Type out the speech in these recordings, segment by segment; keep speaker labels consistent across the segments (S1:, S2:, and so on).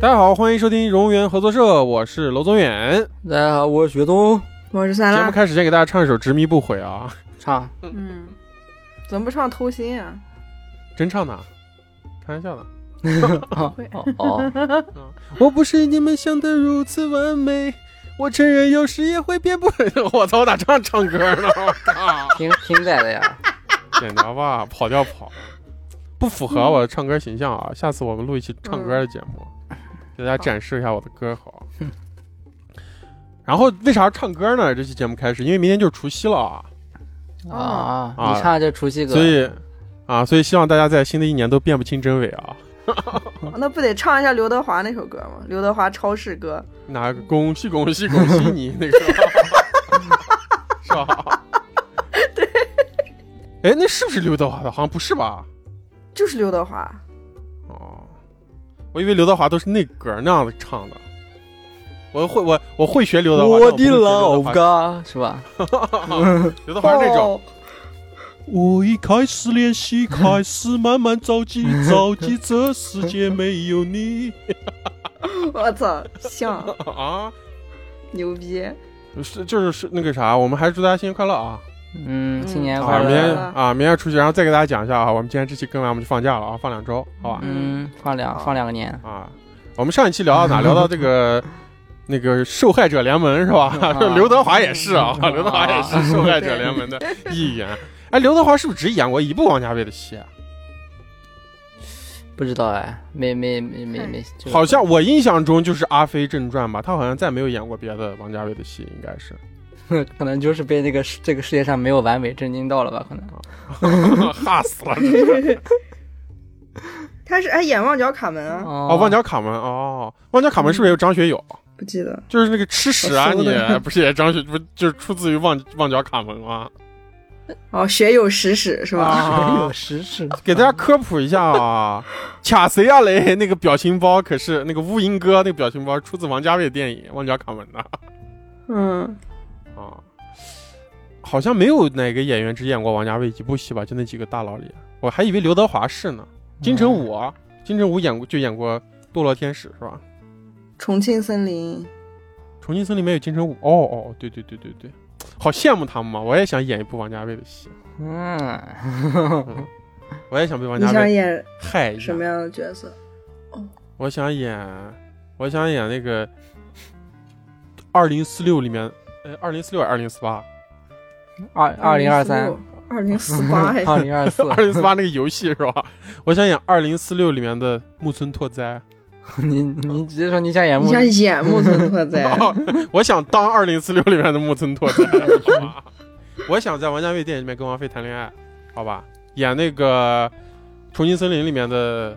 S1: 大家好，欢迎收听荣源合作社，我是娄宗远。
S2: 大家好，我是雪冬。
S3: 我是算
S1: 节目
S3: 啦。
S1: 开始先给大家唱一首《执迷不悔》啊，
S2: 唱
S3: 嗯，怎么不唱偷心啊？
S1: 真唱的啊，开玩笑的。
S2: 哦
S3: 会
S2: 哦哦，
S1: 我不是你们想的如此完美，我承认有时也会变不。 我操，我咋这样唱歌呢？ 我靠！
S2: 听听在的呀。
S1: 简直吧，跑调跑了，不符合我的唱歌形象啊！下次我们录一期唱歌的节目，给大家展示一下我的歌喉。 然后为啥唱歌呢？这期节目开始，因为明天就是除夕了啊，
S2: 啊，
S1: 啊
S2: 你唱这除夕歌，
S1: 所以啊，所以希望大家在新的一年都辨不清真伪啊！
S3: 哦那不得唱一下刘德华那首歌吗？刘德华超市歌，
S1: 那个恭喜恭喜恭喜你那个，是吧？对。哎，那是不是刘德华的？好像不是吧？
S3: 就是刘德华。
S1: 哦，我以为刘德华都是那歌儿那样子唱的。我会我我会学刘德华，
S2: 我
S1: 但不会
S2: 的
S1: 学
S2: 老
S1: 刘德华，
S2: 哥是吧？
S1: 刘德华是那种。
S3: 哦
S1: 我一开始练习，开始慢慢着急，着急这世界没有你
S3: 哦我操，像
S1: 啊！
S3: 牛逼！
S1: 是就是是那个啥，我们还是祝大家新年快乐啊！
S2: 嗯，
S3: 嗯
S2: 新年
S1: 啊，
S2: 快
S1: 明
S3: 好
S1: 天
S2: 乐。
S3: 的
S1: 啊，明天出去，然后再给大家讲一下啊，我们今天这期更完我们就放假了啊，放两周，好吧？
S2: 嗯，放两放两个年。
S1: 啊，我们上一期聊到哪？聊到这 个那个受害者联盟是吧？ 刘德华也是啊，刘德华也是受害者联盟的一员。哎，刘德华是不是只演过一部王家卫的戏啊？
S2: 不知道哎，没没没没没，就是
S1: 好像我印象中就是《阿飞正传》吧，他好像再没有演过别的王家卫的戏，应该是。
S2: 可能就是被那个世这个世界上没有完美震惊到了吧？可 能
S1: 吓死了！真是
S3: 他是哎演《旺角卡门》啊，
S2: 哦
S1: 哦， 旺角卡门哦，旺角卡门是不是有张学友？啊
S3: 不记得。
S1: 就是那个吃屎啊
S3: 我
S1: 你
S3: 搜的！
S1: 不是也张学不是就是出自于旺旺角卡门吗？
S3: 哦，学有实史是吧？
S1: 啊
S2: 有实事，
S1: 给大家科普一下 啊，卡谁啊雷那个表情包可是那个乌蝇哥那个表情包出自王家卫的电影《旺角卡门》的
S3: 嗯，
S1: 啊，好像没有哪个演员只演过王家卫一部戏吧？就那几个大佬里，我还以为刘德华是呢。金城武啊，金城武演过就演过《堕落天使》是吧？
S3: 重庆森
S1: 《
S3: 林，
S1: 重庆森林》里面有金城武。哦哦，对对对对对，好羡慕他们啊！我也想演一部王家卫的戏，
S2: 嗯，
S1: 我也想被王
S3: 你
S1: 家
S3: 想
S1: 卫
S3: 演
S1: 害一下
S3: 什。么样的角色？
S1: 我想演，我想演那个《二零四六》里面，呃，二零四六还是二零四 八？
S2: 二二零二三，，
S3: 二零四八哎还
S2: 二
S3: 是？
S2: 零二四，
S1: 二零四八那个游戏是吧？我想演《二零四六》里面的木村拓哉，
S2: 你你直接说你想演
S3: 你
S2: 木
S3: 想演木村 拓哉？
S1: 啊我想当《二零四六》里面的木村 拓哉， 好吧我想在王家卫电影里面跟王菲谈恋爱，好吧？演那个《重庆森林》里面的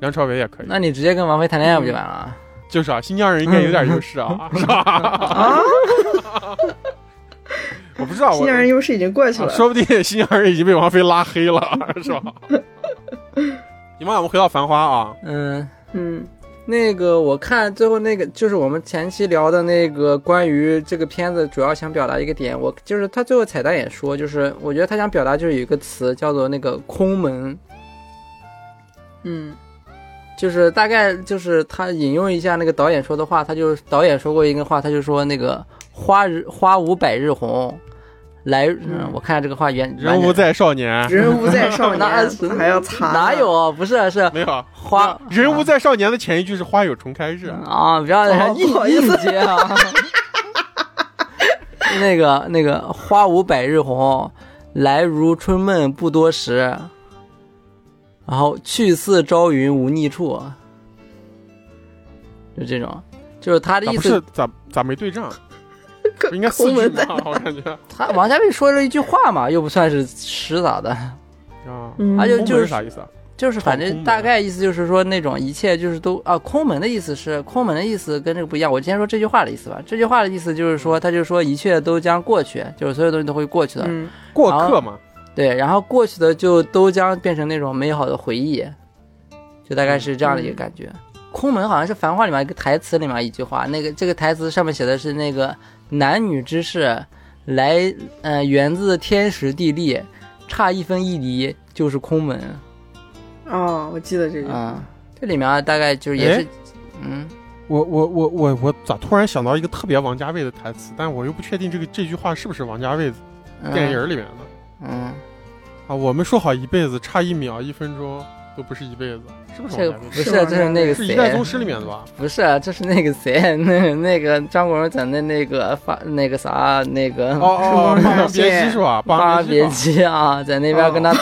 S1: 梁朝伟也可以，
S2: 那你直接跟王菲谈恋爱不就完了？
S1: 就是啊，新疆人应该有点优势 啊，是吧？
S3: 啊，
S1: 我不知道，我
S3: 新疆人优势已经过去
S1: 啊
S3: 了。
S1: 说不定新疆人已经被王菲拉黑 了，是吧？行吧，我们回到《繁花》 啊，
S2: 嗯，
S3: 嗯，
S2: 那个我看最后那个就是我们前期聊的那个关于这个片子主要想表达一个点，我就是他最后彩蛋也说，就是我觉得他想表达就是有一个词叫做那个空门，
S3: 嗯，
S2: 就是大概就是他引用一下那个导演说的话，他就是导演说过一个话，他就说那个花日花无百日红，来日，嗯
S3: 嗯
S2: 我看这个话原
S1: 人无再少年，
S3: 人无再少
S2: 那
S3: 年，还要啊擦？
S2: 哪？有啊不是是
S1: 没有
S2: 花
S1: 人无再少年的前一句是“花有重开日
S2: 啊，不要
S3: 哦
S2: 应
S3: 不好意
S2: 应
S3: 思
S2: 接啊。 那个那个花无百日红，来如春梦不多时。然后去似朝云无觅处，就这种，就是他”，的
S1: 咋
S2: 意
S3: 啊
S1: 不
S2: 思
S1: 是。咋咋没对仗？不应该四句
S3: 门在
S1: 吗？我感觉
S2: 他王家卫说了一句话嘛，又不算是诗咋的，
S1: 啊，
S3: 嗯，
S2: 而且
S1: 空门
S2: 就是
S1: 啥意思啊？
S2: 就是反
S1: 空
S2: 正
S1: 门
S2: 大概意思就是说那种一切就是都啊，空门的意思是空门的意思跟这个不一样。我先说这句话的意思吧，这句话的意思就是
S1: 嗯
S2: 说，他就说一切都将过去，就是所有东西都会过去的，
S3: 嗯
S1: 过客嘛，
S2: 对，然后过去的就都将变成那种美好的回忆，就大概是这样的一个感觉。
S1: 嗯
S2: 空门好像是《繁花》里面一个台词里面一句话，那个这个台词上面写的是那个男女之事，来呃源自天时地利，差一分一厘就是空门。
S3: 哦，我记得这个，
S2: 啊
S1: 啊哎
S2: 嗯，这里面大概就是也是嗯，
S1: 我我我我我咋突然想到一个特别王家卫的台词，但我又不确定这个这句话是不是王家卫
S2: 嗯
S1: 电影，里面的、
S2: 嗯，
S1: 啊？我们说好一辈子，差一秒一分钟都不是一辈子，是不是
S2: 这
S1: 王
S2: 个
S1: 家卫
S2: 不
S1: 的？
S2: 是，
S3: 是王
S2: 这是那个
S1: 是一代宗
S2: 谁，
S1: 师》里面的吧？
S2: 不是啊，这是那个谁，那那个张国荣在那那个发那个啥那个
S1: 哦哦，《霸
S3: 是王家
S1: 王
S3: 卫
S1: 别姬》是吧？《
S2: 《
S1: 霸
S2: 霸王
S1: 王哦
S2: 别
S1: 姬
S2: 姬》啊，在那边跟 他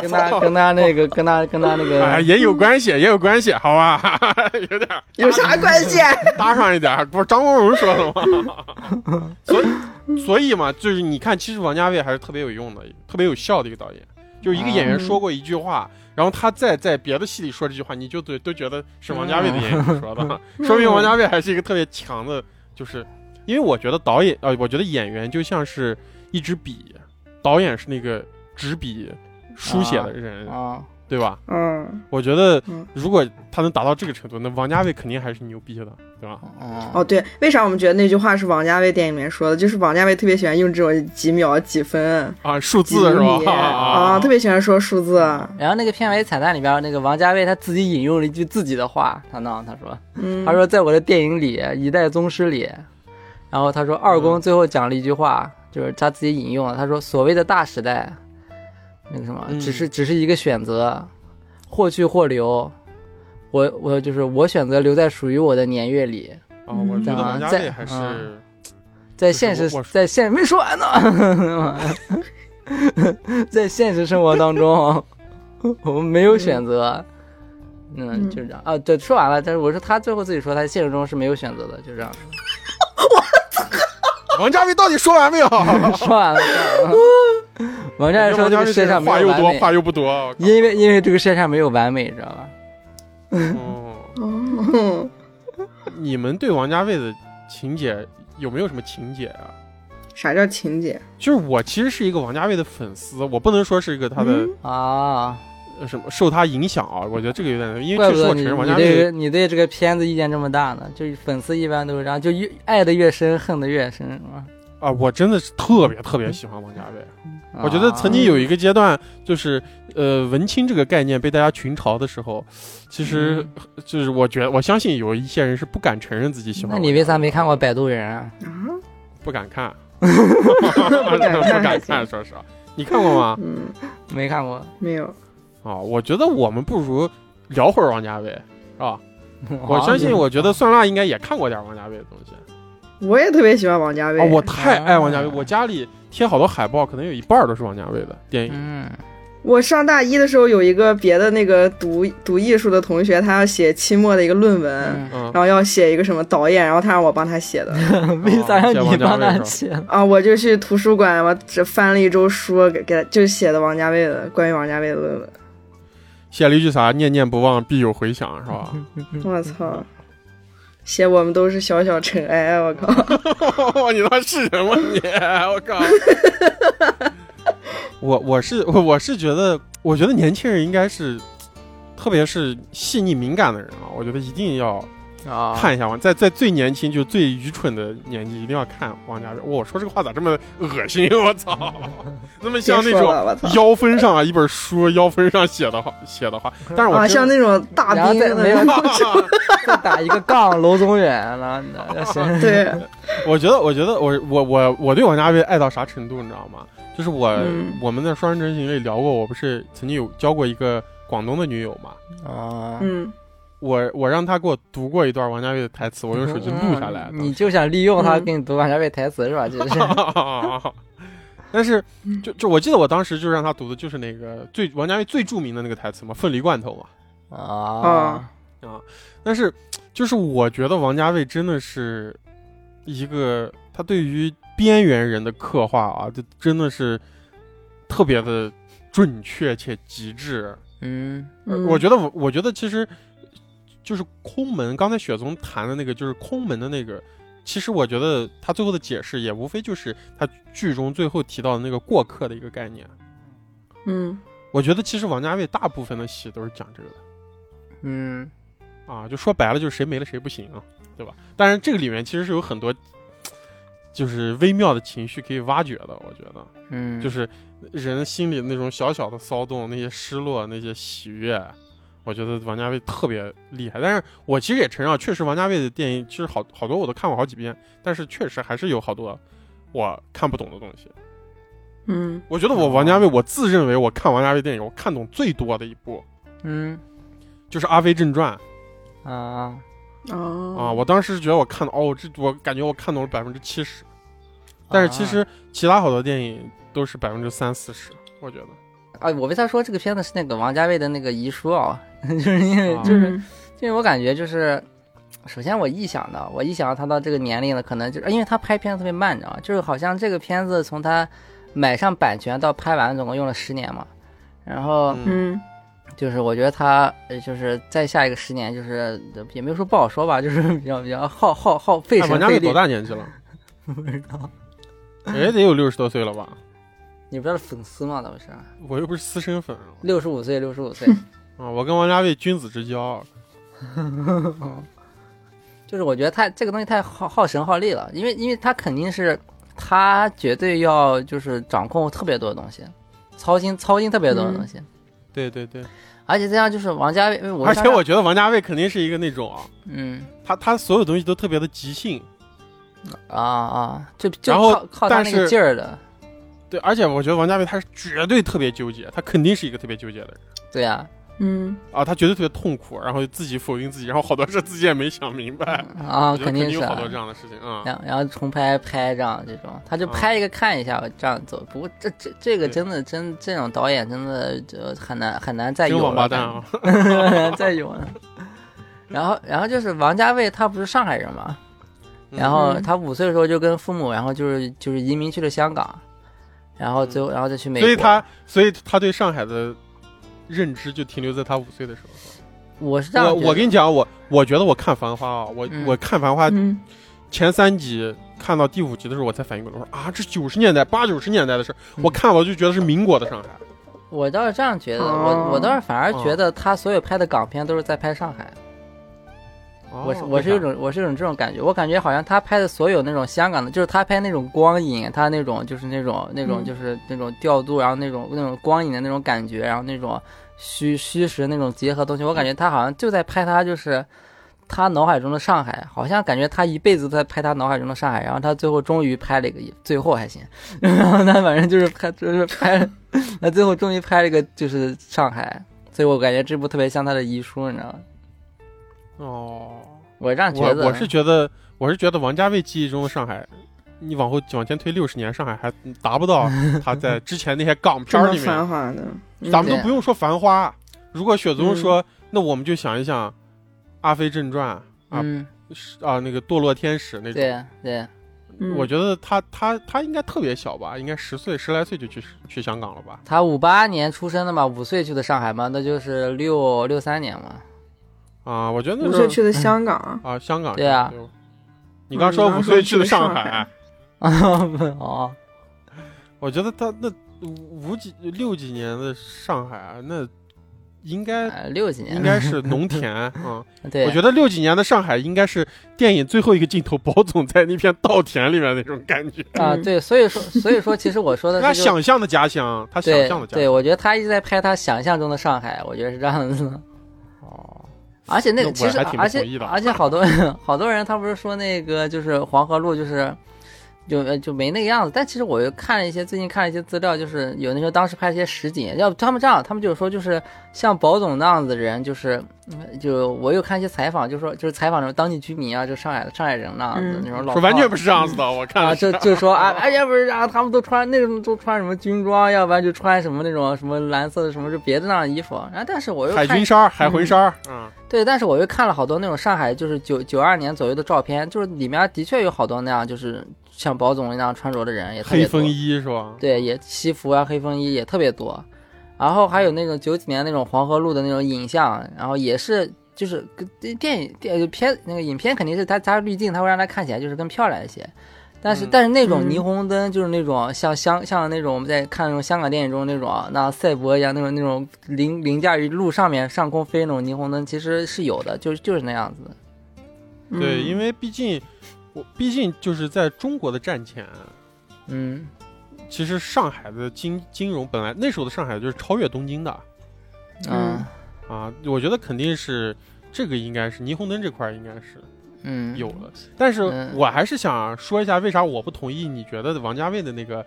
S2: 跟他跟他那个跟他跟他那》
S1: 吧。哎，
S2: 个
S1: 也有关系，也有关系，好吧， 有点儿
S3: 有啥关系？
S1: 搭上一点儿，不是张国荣说的吗？ 所以，所以嘛，就是你看，其实王家卫还是特别有用的，特别有效的一个导演。就是一个演员说过一句话，然后他再在别的戏里说这句话，你就对都觉得是王家卫的演员说的，
S3: 嗯
S1: 说明王家卫还是一个特别强的，就是因为我觉得导演呃，我觉得演员就像是一支笔，导演是那个执笔书写的人，
S2: 啊，
S1: 对吧？
S3: 嗯，
S1: 我觉得
S3: 嗯
S1: 如果他能达到这个程度，那王家卫肯定还是牛逼的，对吧？
S2: 啊
S3: 哦对，为啥我们觉得那句话是王家卫电影里面说的？就是王家卫特别喜欢用这种几秒、几分、
S1: 啊，
S2: 嗯
S1: 数
S3: 几
S1: 字是吧
S3: 厘？米
S1: 啊
S3: 啊，特别喜欢说数字。
S2: 然后那个片尾彩蛋里边，那个王家卫他自己引用了一句自己的话，他呢他说
S3: 嗯，
S2: 他说在我的电影里《一代宗师》里，然后他说二公最后讲了一句话，就是他自己引用了，他说所谓的大时代，那个什么
S1: 嗯，
S2: 只是只是一个选择，或去或留。我我就是我选择留在属于我的年月里，
S1: 啊，我
S2: 嗯
S1: 觉得王家卫还
S2: 啊
S1: 是
S2: 在现实
S1: 就是我我，
S2: 在现没说完呢， 在现实生活当中，我们没有选择，嗯，
S3: 嗯
S2: 就是这样啊。对，说完了，但是我说他最后自己说他现实中是没有选择的，就这样。
S1: 王家卫到底说完 没有？
S2: 说完了，说完了王战说
S1: 王
S2: 这
S1: 家
S2: 个
S1: 卫
S2: 世界
S1: 这
S2: 上
S1: 人
S2: 没
S1: 话
S2: 有
S1: 又
S2: 完
S1: 多，
S2: 美，
S1: 话又不多。我靠
S2: 因为因为这个世界上没有完美，你知道吧？
S1: 哦，
S3: 嗯，
S1: 你们对王家卫的情节有没有什么情节啊？
S3: 啥叫情节？
S1: 就是我其实是一个王家卫的粉丝，我不能说是一个他的
S3: 嗯
S2: 啊，
S1: 呃什么受他影响啊，我觉得这个有点，因为
S2: 怪
S1: 确
S2: 不
S1: 实我
S2: 得
S1: 承
S2: 你
S1: 认王
S2: 你
S1: 家
S2: 对
S1: 卫
S2: 个你对这个片子意见这么大呢，就是粉丝一般都是这样，就越爱的越深，恨的越深，是吧？
S1: 啊，我真的是特别特别喜欢王家卫。我觉得
S2: 啊
S1: 曾经有一个阶段，就是呃文青这个概念被大家群嘲的时候，其实就是我觉得我相信有一些人是不敢承认自己喜欢
S2: 那
S1: 王家卫的。
S2: 你为啥没看过《摆渡人》啊？
S3: 啊，
S1: 不敢看？不
S3: 敢看
S1: 敢看，说实话，你看过吗？
S3: 嗯，
S2: 没看过，
S3: 没有。
S1: 啊，我觉得我们不如聊会儿王家卫，是吧？我相信，我觉得酸辣应该也看过点王家卫的东西。
S3: 我也特别喜欢王家卫。
S1: 啊，我太爱王家卫，
S2: 啊
S1: 我家里贴好多海报，可能有一半儿都是王家卫的电影。
S2: 嗯，
S3: 我上大一的时候有一个别的那个读读艺术的同学，他要写期末的一个论文，
S2: 嗯
S1: 嗯
S3: 然，后要写一个什么导演，然后他让我帮他写的。
S2: 为啥让
S1: 谢
S2: 你
S1: 王家
S2: 帮
S1: 卫
S2: 他
S1: 是吧
S2: 写？
S3: 啊，我就去图书馆，我只翻了一周书，给给他就写的王家卫的关于王家卫的论文。
S1: 写了一句啥？念念不忘，必有回响，是吧？
S3: 我操，写我们都是小小尘埃，啊我靠！
S1: 哇，你他妈是人吗你？ 我靠！我我是我我是觉得，我觉得年轻人应该是，特别是细腻敏感的人啊，我觉得一定要
S2: 啊，
S1: 看一下王，在在最年轻就最愚蠢的年纪，一定要看王家卫。哇我说这个话咋这么恶心？我 操！那么像那
S3: 别说
S1: 种
S3: 了，我操！
S1: 腰封上啊，一本书腰封上写的好写的话，但是我
S3: 啊，
S1: 真
S3: 像
S1: 的
S3: 那种大
S2: 然后
S3: 兵
S2: 再
S3: 的
S2: 没有
S3: 那种，
S2: 再打一个杠，楼宗远了，那行，
S3: 对，
S1: 我觉得，我觉得我我我我对王家卫爱到啥程度，你知道吗？就是我、
S3: 嗯
S1: 我们在《双人成行》里聊过，我不是曾经有交过一个广东的女友嘛，
S2: 啊，
S3: 嗯，
S1: 我我让她给我读过一段王家卫的台词，我用手机录下来
S2: 嗯你就想利用他
S3: 嗯
S2: 给你读王家卫台词是 吧？就是
S1: 的。但是，就就我记得我当时就让她读的就是那个最王家卫最著名的那个台词嘛，“凤梨罐头”嘛。
S2: 啊，
S1: 但是，就是我觉得王家卫真的是一个他对于边缘人的刻画啊，就真的是特别的准确且极致。
S2: 嗯
S3: 嗯
S1: 我觉得我，我觉得其实就是空门，刚才雪松谈的那个，就是空门的那个。其实我觉得他最后的解释也无非就是他剧中最后提到的那个过客的一个概念。
S3: 嗯
S1: 我觉得其实王家卫大部分的戏都是讲这个的。
S2: 嗯，
S1: 啊，就说白了就是谁没了谁不行啊，对吧？但是这个里面其实是有很多，就是微妙的情绪可以挖掘的，我觉得，
S2: 嗯，
S1: 就是人心里那种小小的骚动、那些失落、那些喜悦我觉得王家卫特别厉害。但是我其实也承认啊，确实王家卫的电影其实好好多我都看过好几遍，但是确实还是有好多我看不懂的东西。
S3: 嗯
S1: 我觉得我王家卫，我自认为我看王家卫电影我看懂最多的一部
S2: 嗯
S1: 就是《阿飞正传》
S2: 啊，
S3: 哦
S1: 啊，我当时觉得我看哦，这我感觉我看懂了百分之七十，但是
S2: 啊
S1: 其实其他好多电影都是百分之三四十，我觉得。
S2: 啊，我为啥说这个片子是那个王家卫的那个遗书啊？ 就是因为
S1: 啊
S3: 嗯
S2: 就是因为我感觉就是，首先我臆想的，我臆想到他到这个年龄了，可能就是因为他拍片子特别慢，你知道吗？就是好像这个片子从他买上版权到拍完，总共用了十年嘛。然后
S1: 嗯
S3: 嗯
S2: 就是我觉得他呃就是再下一个十年，就是呃也没有说不好说吧，就是比较比较耗耗耗费
S1: 哎
S2: 神
S1: 王家
S2: 费
S1: 卫
S2: 力
S1: 多。大年纪了？
S2: 不知道，
S1: 也得有六十多岁了吧？
S2: 你不知道是粉丝吗？那不是
S1: 我又不是私生粉啊
S2: 六十五岁，六十五岁。
S1: 啊！我跟王家卫君子之交，
S2: 就是我觉得太这个东西太耗耗神耗力了，因为因为他肯定是他绝对要就是掌控特别多的东西，操心操心特别多的东西，
S1: 对对对，
S2: 而且这样就是王家卫，因为我
S1: 而
S2: 上
S1: 且我觉得王家卫肯定是一个那种啊，
S2: 嗯
S1: 他他所有东西都特别的即兴，
S2: 啊啊，就就
S1: 然后
S2: 靠靠他
S1: 但
S2: 那
S1: 是
S2: 个劲儿的，
S1: 对，而且我觉得王家卫他是绝对特别纠结，他肯定是一个特别纠结的人
S2: 对呀、
S3: 嗯
S1: 啊，他绝对特别痛苦，然后自己否定自己，然后好多事自己也没想明白，
S2: 啊，
S1: 我觉得
S2: 肯
S1: 定
S2: 定是
S1: 有
S2: 啊
S1: 好多这样的事情啊。
S2: 然后然后重拍拍这样这种，他就
S1: 啊
S2: 拍一个看一下，这样走。不过这这这个
S1: 对
S2: 真的真这种导演真的就很难很难再有
S1: 真
S2: 了。
S1: 王八蛋啊！
S2: 再有呢。 然后，然后就是王家卫，他不是上海人嘛，然后
S3: 嗯
S2: 他五岁的时候就跟父母，然后就是就是移民去了香港，然后最后然后再去美
S1: 嗯
S2: 国。
S1: 所以他所以他对上海的认知就停留在他五岁的时候。
S2: 我是这样
S1: 我
S2: 觉得
S1: 我跟你讲，我我觉得我看《繁花》啊，我、
S2: 嗯
S1: 我看《繁花》
S3: 嗯
S1: 前三集看到第五集的时候，我才反应过来，我说啊，这九十年代八九十年代的事儿，
S2: 嗯
S1: 我看我就觉得是民国的上海。
S2: 我倒是这样觉得，
S3: 哦
S2: 我我倒是反而觉得他所有拍的港片都是在拍上海，
S1: 哦
S2: 我是我是有
S1: 为啥
S2: 种我是有种这种感觉，我感觉好像他拍的所有那种香港的，就是他拍那种光影，他那种就是那种那种
S3: 嗯
S2: 就是那种调度，然后那种那种光影的那种感觉，然后那种虚虚实那种结合东西，我感觉他好像就在拍他就是他脑海中的上海，好像感觉他一辈子都在拍他脑海中的上海，然后他最后终于拍了一个，最后还行， 然后他反正就是拍就是拍了， 那最后终于拍了一个就是上海，所以我感觉这部特别像他的遗书，你知道吗？
S1: 哦，
S2: 我这样觉
S1: 我
S2: 得，
S1: 我是觉得我是觉得王家卫记忆中的上海，你往后往前推六十年，上海还达不 到他在之前那些港
S3: 这
S1: 片儿
S3: 么
S1: 里面
S3: 繁。华的，嗯
S1: 咱们都
S2: 对嗯
S1: 不用说《繁花》，如果雪宗说，那我们就想一想《阿飞正传》啊
S2: 嗯，
S1: 是啊，那个《堕落天使》那种。
S2: 对对。
S3: 嗯
S1: 我觉得他他他应该特别小吧，应该十岁十来岁就去去香港了吧？
S2: 他五八年出生的嘛，五岁去的上海嘛，那就是六六三年嘛。
S1: 啊，我觉得那
S3: 五
S1: 时候
S3: 岁去的香港，
S1: 啊，香港
S2: 对啊
S1: 吧你刚说
S3: 嗯
S1: 五岁去的上
S3: 上海，
S2: 啊，哦，
S1: 我觉得他那五五几六几年的上海啊，那应该
S2: 呃六几
S1: 应
S2: 年，
S1: 该是 农田啊。嗯
S2: 对，
S1: 我觉得六几年的上海应该是电影最后一个镜头， 宝总在那片稻田里面那种感觉，
S2: 啊，对，所以说，所以说，其实我说的
S1: 嗯他
S2: 是就
S1: 想象的家乡，他想
S2: 对
S1: 象的家
S2: 对，
S1: 乡。
S2: 我觉得他一直在拍他想象中的上海，我觉得是这样子的。
S1: 哦，
S2: 而且
S1: 那
S2: 那个
S1: 我
S2: 其实，
S1: 还挺
S2: 而
S1: 不
S2: 且
S1: 同意的
S2: 而且好多 好多人他不是说那个就是黄河路就是就呃就没那个样子，但其实我又看了一些最近看了一些资料，就是有那时候当时拍一些实景，要不他们这样，他们就是说就是像保总那样子的人，就是嗯就我有看一些采访，就说就是采访那种当地居民啊，就上海上海人那样子、
S3: 嗯
S2: 那种老
S1: 说完全
S2: 炮
S1: 不是这样子的，我看
S2: 啊，
S1: 了
S2: 就是就说啊，哎，要不是啊，他们都穿那种都穿什么军装，要不然就穿什么那种什么蓝色的什么是别的那样的衣服，然后但是我又
S1: 海
S2: 看
S1: 军衫儿、海魂衫儿，嗯，
S2: 对，但是我又看了好多那种上海，就是九九二年左右的照片，就是里面的确有好多那样，就是像保总那样穿着的人也特
S1: 黑
S2: 别多
S1: 风，衣是吧？
S2: 对，也西服啊，黑风衣也特别多。然后还有那种九几年那种黄河路的那种影像，然后也是就是跟电电影电片那个影片肯定是它加滤镜，它会让它看起来就是更漂亮一些。但是
S1: 嗯
S2: 但是那种
S3: 嗯
S2: 霓虹灯就是那种像香像那种我们在看那种香港电影中那种啊那赛博一样那种那种凌凌驾于路上面上空飞那种霓虹灯，其实是有的，就是就是那样子的。
S3: 嗯
S1: 对，因为毕竟我毕竟就是在中国的战前，
S2: 嗯，
S1: 其实上海的金金融本来那时候的上海就是超越东京的，
S2: 嗯
S3: 嗯
S1: 啊，我觉得肯定是这个，应该是霓虹灯这块儿应该是
S2: 嗯，
S1: 有的。但是
S2: 嗯
S1: 我还是想说一下，为啥我不同意你觉得王家卫的那个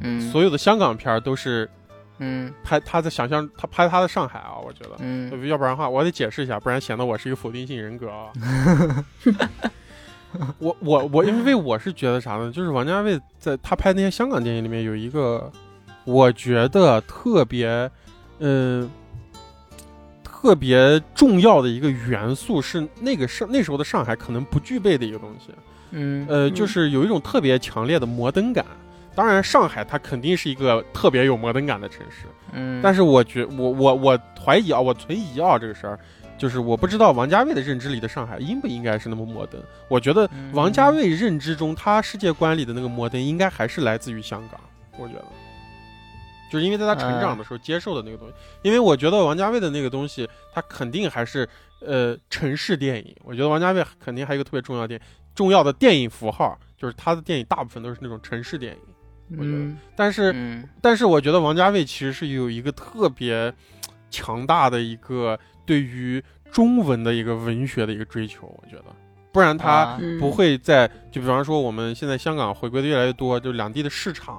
S2: 嗯，
S1: 所有的香港片儿都是
S2: 嗯
S1: 拍他在想象他拍他的上海啊？我觉得，
S2: 嗯
S1: 要不然的话，我得解释一下，不然显得我是一个否定性人格 啊。我我我，因为我是觉得啥呢？就是王家卫在他拍那些香港电影里面有一个，我觉得特别，嗯、特别重要的一个元素是那个上那时候的上海可能不具备的一个东西，
S2: 嗯
S1: 呃，
S3: 嗯
S1: 就是有一种特别强烈的摩登感。当然，上海它肯定是一个特别有摩登感的城市，
S2: 嗯，
S1: 但
S2: 是
S1: 是我觉我我我怀疑啊，我存疑啊，这个事儿，就是我不知道王家卫的认知里的上海应不应该是那么摩登。我觉得
S2: 嗯
S1: 王家卫认知中他世界观里的那个摩登，应该还是来自于香港。我觉得，就是因为在他成长的时候接受的那个东西，因为我觉得王家卫的那个东西，他肯定还是呃城市电影。我觉得王家卫肯定还有一个特别重要的电重要的电影符号，就是他的电影大部分都是那种城市电影。我觉得
S2: 嗯
S1: 但是
S2: 嗯
S1: 但是我觉得王家卫其实是有一个特别强大的一个对于中文的一个文学的一个追求，我觉得，不然他
S2: 啊
S3: 嗯
S1: 不会在、就比方说我们现在香港回归的越来越多，就两地的市场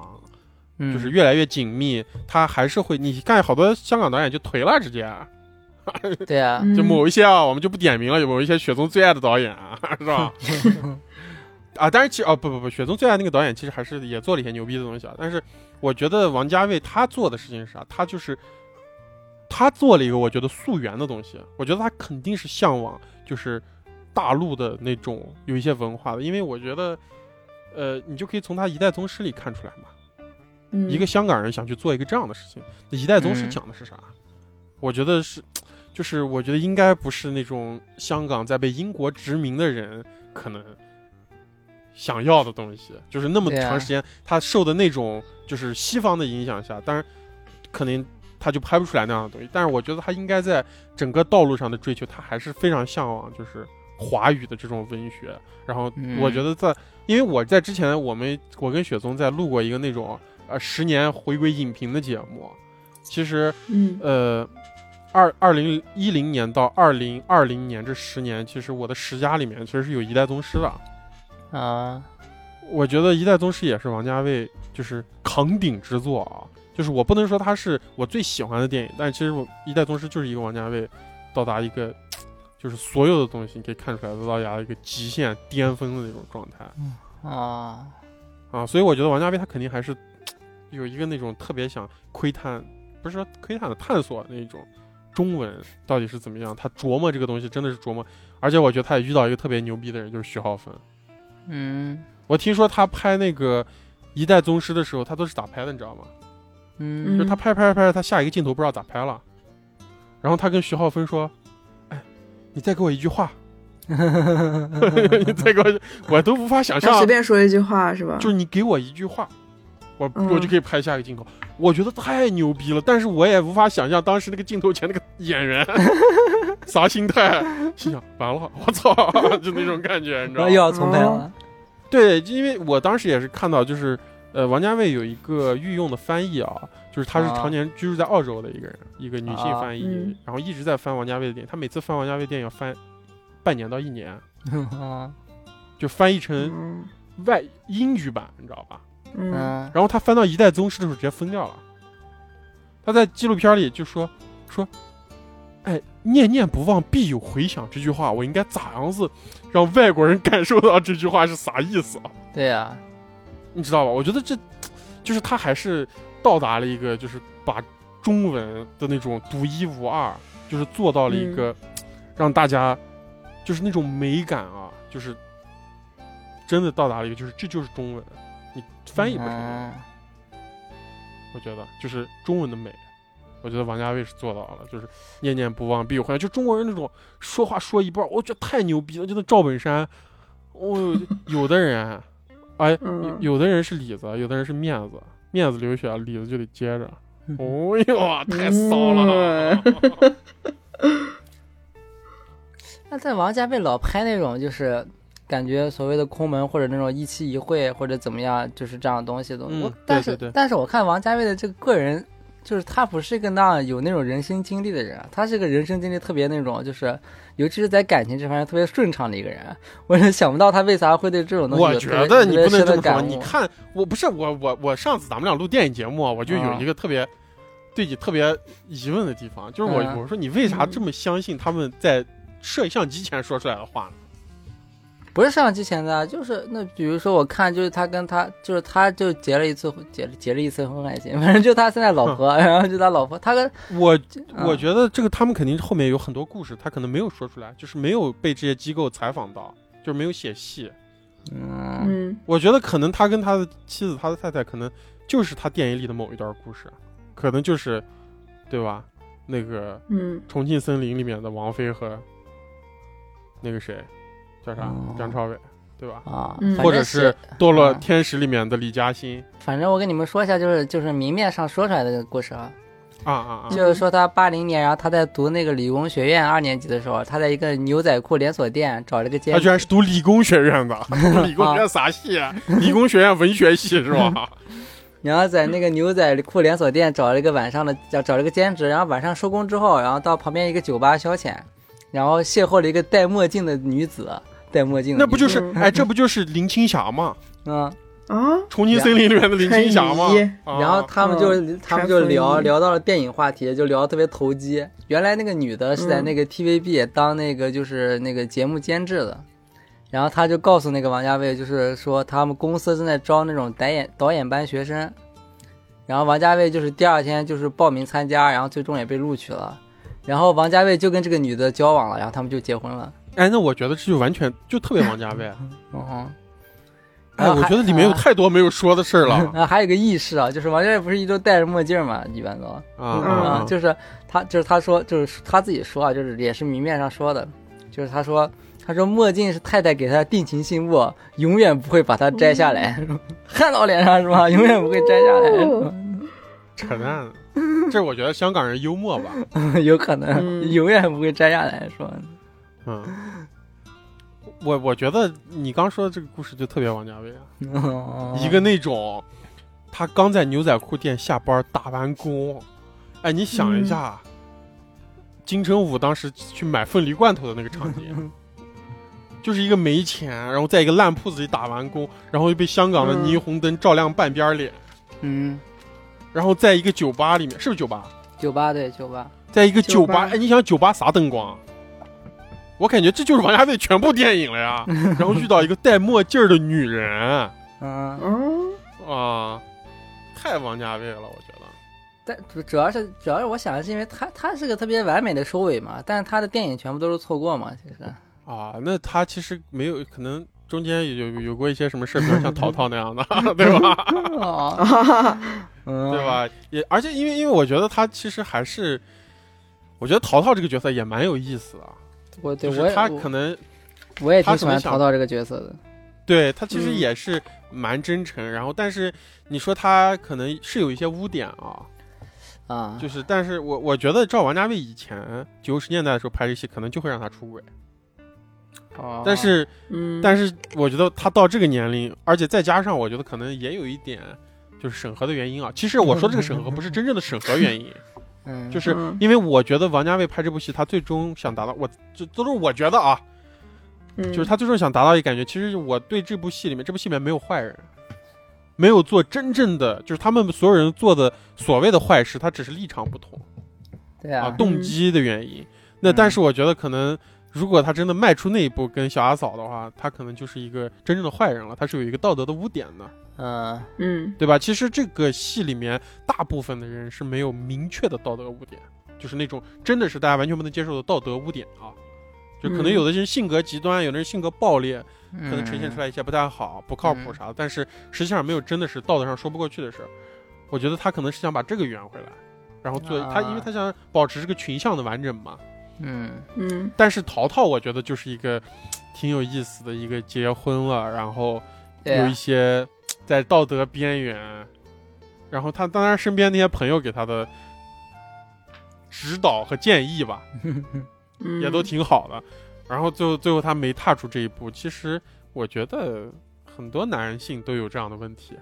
S2: 嗯
S1: 就是越来越紧密，他还是会你看好多香港导演就颓了，直接
S2: 对啊，
S1: 就某一些啊，我们就不点名了，有某一些雪宗最爱的导演啊， 是吧？
S2: 嗯
S1: 啊，但是其实哦不不不，雪宗最爱那个导演其实还是也做了一些牛逼的东西啊。但是我觉得王家卫他做的事情是啥？他就是他做了一个我觉得溯源的东西。我觉得他肯定是向往就是大陆的那种有一些文化的，因为我觉得呃，你就可以从他《一代宗师》里看出来嘛。
S3: 嗯
S1: 一个香港人想去做一个这样的事情，那一代宗师
S2: 嗯
S1: 讲的是啥？我觉得是，就是我觉得应该不是那种香港在被英国殖民的人可能想要的东西，就是那么
S2: 对啊
S1: 长时间他受的那种就是西方的影响下，当然肯定他就拍不出来那样的东西。但是我觉得他应该在整个道路上的追求，他还是非常向往，就是华语的这种文学。然后
S2: 嗯
S1: 我觉得在，因为我在之前我们我跟雪松在录过一个那种呃十年回归影评的节目，其实
S3: 嗯
S1: 呃二二零一零年到二零二零年这十年，其实我的十佳里面其实是有一代宗师的。
S2: 啊，
S1: 我觉得《一代宗师》也是王家卫就是扛鼎之作啊，就是我不能说它是我最喜欢的电影，但其实我《一代宗师》就是一个王家卫到达一个就是所有的东西你可以看出来都到达一个极限巅峰的那种状态
S2: 啊，
S1: 啊，所以我觉得王家卫他肯定还是有一个那种特别想窥探，不是说窥探的探索那种中文到底是怎么样，他琢磨这个东西真的是琢磨，而且我觉得他也遇到一个特别牛逼的人，就是徐浩峰。
S2: 嗯
S1: 我听说他拍那个《一代宗师》的时候，他都是咋拍的，你知道吗？
S2: 嗯
S1: 就是他拍着拍着拍着，他下一个镜头不知道咋拍了，然后他跟徐浩峰说：“哎，你再给我一句话，你再给我，我都无法想
S3: 他
S1: 象
S3: 随，便说一句话是吧？
S1: 就是你给我一句话，我
S3: 嗯
S1: 我就可以拍下一个镜头。”我觉得太牛逼了，但是我也无法想象当时那个镜头前那个演员啥心态，啊心想完了，我操，就那种感觉，你知
S2: 然
S1: 道
S2: 后
S1: 吗
S2: 又？要重拍了，
S1: 对，因为我当时也是看到，就是呃，王家卫有一个御用的翻译啊，就是他是
S2: 啊
S1: 常年居住在澳洲的一个人，一个女性
S2: 啊
S1: 翻译，
S3: 嗯
S1: 然后一直在翻王家卫的电影。他每次翻王家卫电影要翻半年到一年，
S2: 啊
S1: 就翻译成
S3: 嗯
S1: 外英语版，你知道吧？
S3: 嗯
S2: 嗯
S1: 然后他翻到《一代宗师》的时候直接疯掉了。他在纪录片里就说说，哎，念念不忘必有回响这句话，我应该咋样子让外国人感受到这句话是啥意思啊？
S2: 对啊，
S1: 你知道吧？我觉得这就是他还是到达了一个，就是把中文的那种独一无二，就是做到了一个、让大家就是那种美感啊，就是真的到达了一个，就是这就是中文，你翻译不出来，
S2: 嗯
S1: 我觉得就是中文的美。我觉得王家卫是做到了，就是念念不忘必有回响，就中国人那种说话说一半儿，我觉得太牛逼了。就那赵本山，我、有的人，哎，
S3: 嗯
S1: 有有的人是里子，有的人是面子，面子流血，里子就得接着。
S2: 嗯
S1: 哦呦啊，太骚了！
S2: 那在王家卫老拍那种就是。感觉所谓的空门或者那种一期一会或者怎么样，就是这样的东西的东西。
S1: 嗯
S2: 我
S1: 对
S2: 但是
S1: 对对
S2: 但是我看王家卫的这个个人就是他不是一个那样有那种人生经历的人，啊他是个人生经历特别那种，就是尤其是在感情这方面特别顺畅的一个人。啊我是想不到他为啥会对这种东西
S1: 我
S2: 有
S1: 觉
S2: 特别
S1: 得你不
S2: 特
S1: 能
S2: 别深
S1: 这
S2: 的
S1: 么说。
S2: 感
S1: 你
S2: 悟
S1: 看，我不是我我我上次咱们俩录电影节目，我就有
S2: 啊
S1: 一个特别对你特别疑问的地方，就是我
S2: 嗯
S1: 我说你为啥这么相信他们在摄像机前说出来的话呢？
S2: 不是上机前的啊，就是那比如说我看就是他跟他就是他就结了一次婚结了结了一次婚外情，反正就他现在老婆，然后就他老婆，他跟
S1: 我
S2: 嗯
S1: 我觉得这个他们肯定后面有很多故事，他可能没有说出来，就是没有被这些机构采访到，就是没有写戏。
S2: 嗯
S3: 嗯，
S1: 我觉得可能他跟他的妻子、他的太太，可能就是他电影里的某一段故事，啊可能就是，对吧？那个
S3: 嗯
S1: 《重庆森林》里面的王菲和那个谁叫啥、
S2: 哦
S1: 梁朝伟，对吧？
S2: 啊，
S3: 嗯
S2: 反正
S1: 或者是《堕落
S2: 嗯
S1: 天使》里面的李嘉欣
S2: 反正我跟你们说一下，就是就是明面上说出来的故事啊，
S1: 啊啊啊！
S2: 就是说他八零年，然后他在读那个理工学院二年级的时候，他在一个牛仔裤连锁店找了个兼
S1: 他居
S2: 职，
S1: 然啊是读理工学院 的，读理工学院啥系？
S2: 啊
S1: 理工学院文学系是 吧？
S2: 然后在那个牛仔裤连锁店找了一个晚上的找找了个兼职，然后晚上收工之后，然后到旁边一个酒吧消遣，然后邂逅了一个戴墨镜的女子，戴墨镜的
S1: 那不就是
S3: 嗯
S1: 哎，这不就是林青霞吗？
S2: 嗯，
S3: 啊，
S1: 《重庆森林》里面的林青霞吗
S3: 穿雨衣？
S1: 啊
S2: 然后他们就、他们就聊
S3: 传送一
S2: 聊到了电影话题，就聊得特别投机。原来那个女的是在那个 TVB 当那个就是那个节目监制的，然后她就告诉那个王家卫，就是说他们公司正在招那种导演导演班学生，然后王家卫就是第二天就是报名参加，然后最终也被录取了。然后王家卫就跟这个女的交往了，然后他们就结婚了。
S1: 哎，那我觉得这就完全就特别王家卫。
S2: 嗯哼，
S1: 哎，我觉得里面有太多没有说的事儿了
S2: 然后还有一个轶事啊，就是王家卫不是一直都戴着墨镜嘛，一般都。
S1: 啊
S2: 啊，
S1: 啊！
S2: 就是他，就是他说，就是他自己说啊，就是也是明面上说的，就是他说，他说墨镜是太太给他的定情信物，永远不会把它摘下来， 焊到脸上是吧？永远不会摘下来是吧
S1: 扯淡，这我觉得香港人幽默吧。，
S2: 有可能、
S3: 嗯
S2: 永远不会摘下来是吧？
S1: 嗯，我我觉得你刚说的这个故事就特别王家卫啊，
S2: 哦
S1: 一个那种他刚在牛仔裤店下班打完工，哎，你想一下，金城武当时去买凤梨罐头的那个场景。就是一个没钱，然后在一个烂铺子里打完工，然后又被香港的
S3: 嗯
S1: 霓虹灯照亮半边脸，
S2: 嗯，
S1: 然后在一个酒吧里面，是不是酒吧？
S2: 酒吧对酒吧，
S1: 在一个
S3: 酒
S1: 酒吧，
S3: 吧
S1: 哎，你想酒吧啥灯光？啊我感觉这就是王家卫全部电影了呀。 然后遇到一个戴墨镜儿的女人
S2: 嗯，
S3: 哦，
S1: 啊，太王家卫了，我觉得。
S2: 但主主要是主要是我想的是因为他他是个特别完美的收尾嘛，但是他的电影全部都是错过嘛，其实，
S1: 啊，那他其实没有，可能中间有有有过一些什么事，比如像淘淘那样 的，对吧？
S2: 哦， 嗯，
S1: 对？吧？也而且因为因为我觉得他其实还是，我觉得淘淘这个角色也蛮有意思的啊，
S2: 我对
S1: 就
S2: 我
S1: 是
S2: 也
S1: 他
S2: 我
S1: 可能
S2: 我也
S1: 他
S2: 挺
S1: 可
S2: 喜
S1: 能
S2: 欢
S1: 想
S2: 淘淘这个角色的。
S1: 对他其实
S3: 嗯
S1: 也是蛮真诚，然后但是你说他可能是有一些污点啊，
S2: 啊，
S1: 就是但是我我觉得照王家卫以前九十年代的时候拍这戏，可能就会让他出轨，
S2: 哦
S1: 但是
S3: 嗯，
S1: 但是我觉得他到这个年龄，而且再加上我觉得可能也有一点就是审核的原因啊。其实我说这个审核不是真正的审核原因，
S2: 嗯，
S1: 就是是
S3: 嗯
S1: 因为我觉得王家卫拍这部戏，他最终想达到我这都是我觉得啊，
S3: 嗯
S1: 就是他最终想达到一个感觉，其实我对这部戏里面，这部戏里面没有坏人，没有做真正的，就是他们所有人做的所谓的坏事，他只是立场不同
S2: 对
S1: 啊，
S2: 啊，
S1: 动机的原因。那但是我觉得可能，如果他真的迈出那一步跟小阿嫂的话，他可能就是一个真正的坏人了，他是有一个道德的污点的，
S2: 嗯
S3: 嗯
S1: 对吧？其实这个戏里面大部分的人是没有明确的道德污点，就是那种真的是大家完全不能接受的道德污点啊。就可能
S3: 嗯
S1: 有的人性格极端，有的人性格暴烈，
S2: 可
S1: 可能呈现出来一些不太好、不靠谱
S2: 嗯
S1: 啥的，但是实际上没有真的是道德上说不过去的事儿。我觉得他可能是想把这个圆回来，然后做、他，因为他想保持这个群像的完整嘛。
S2: 嗯
S3: 嗯
S1: 但是淘淘，我觉得就是一个嘖挺有意思的一个结婚了，然后
S2: 对
S1: 有
S2: 啊
S1: 一些嘖在道德边缘，然后他当然身边那些朋友给他的指导和建议吧，
S3: 嗯，
S1: 也都挺好的。然后最后最后他没踏出这一步，其实我觉得很多男人性都有这样的问题，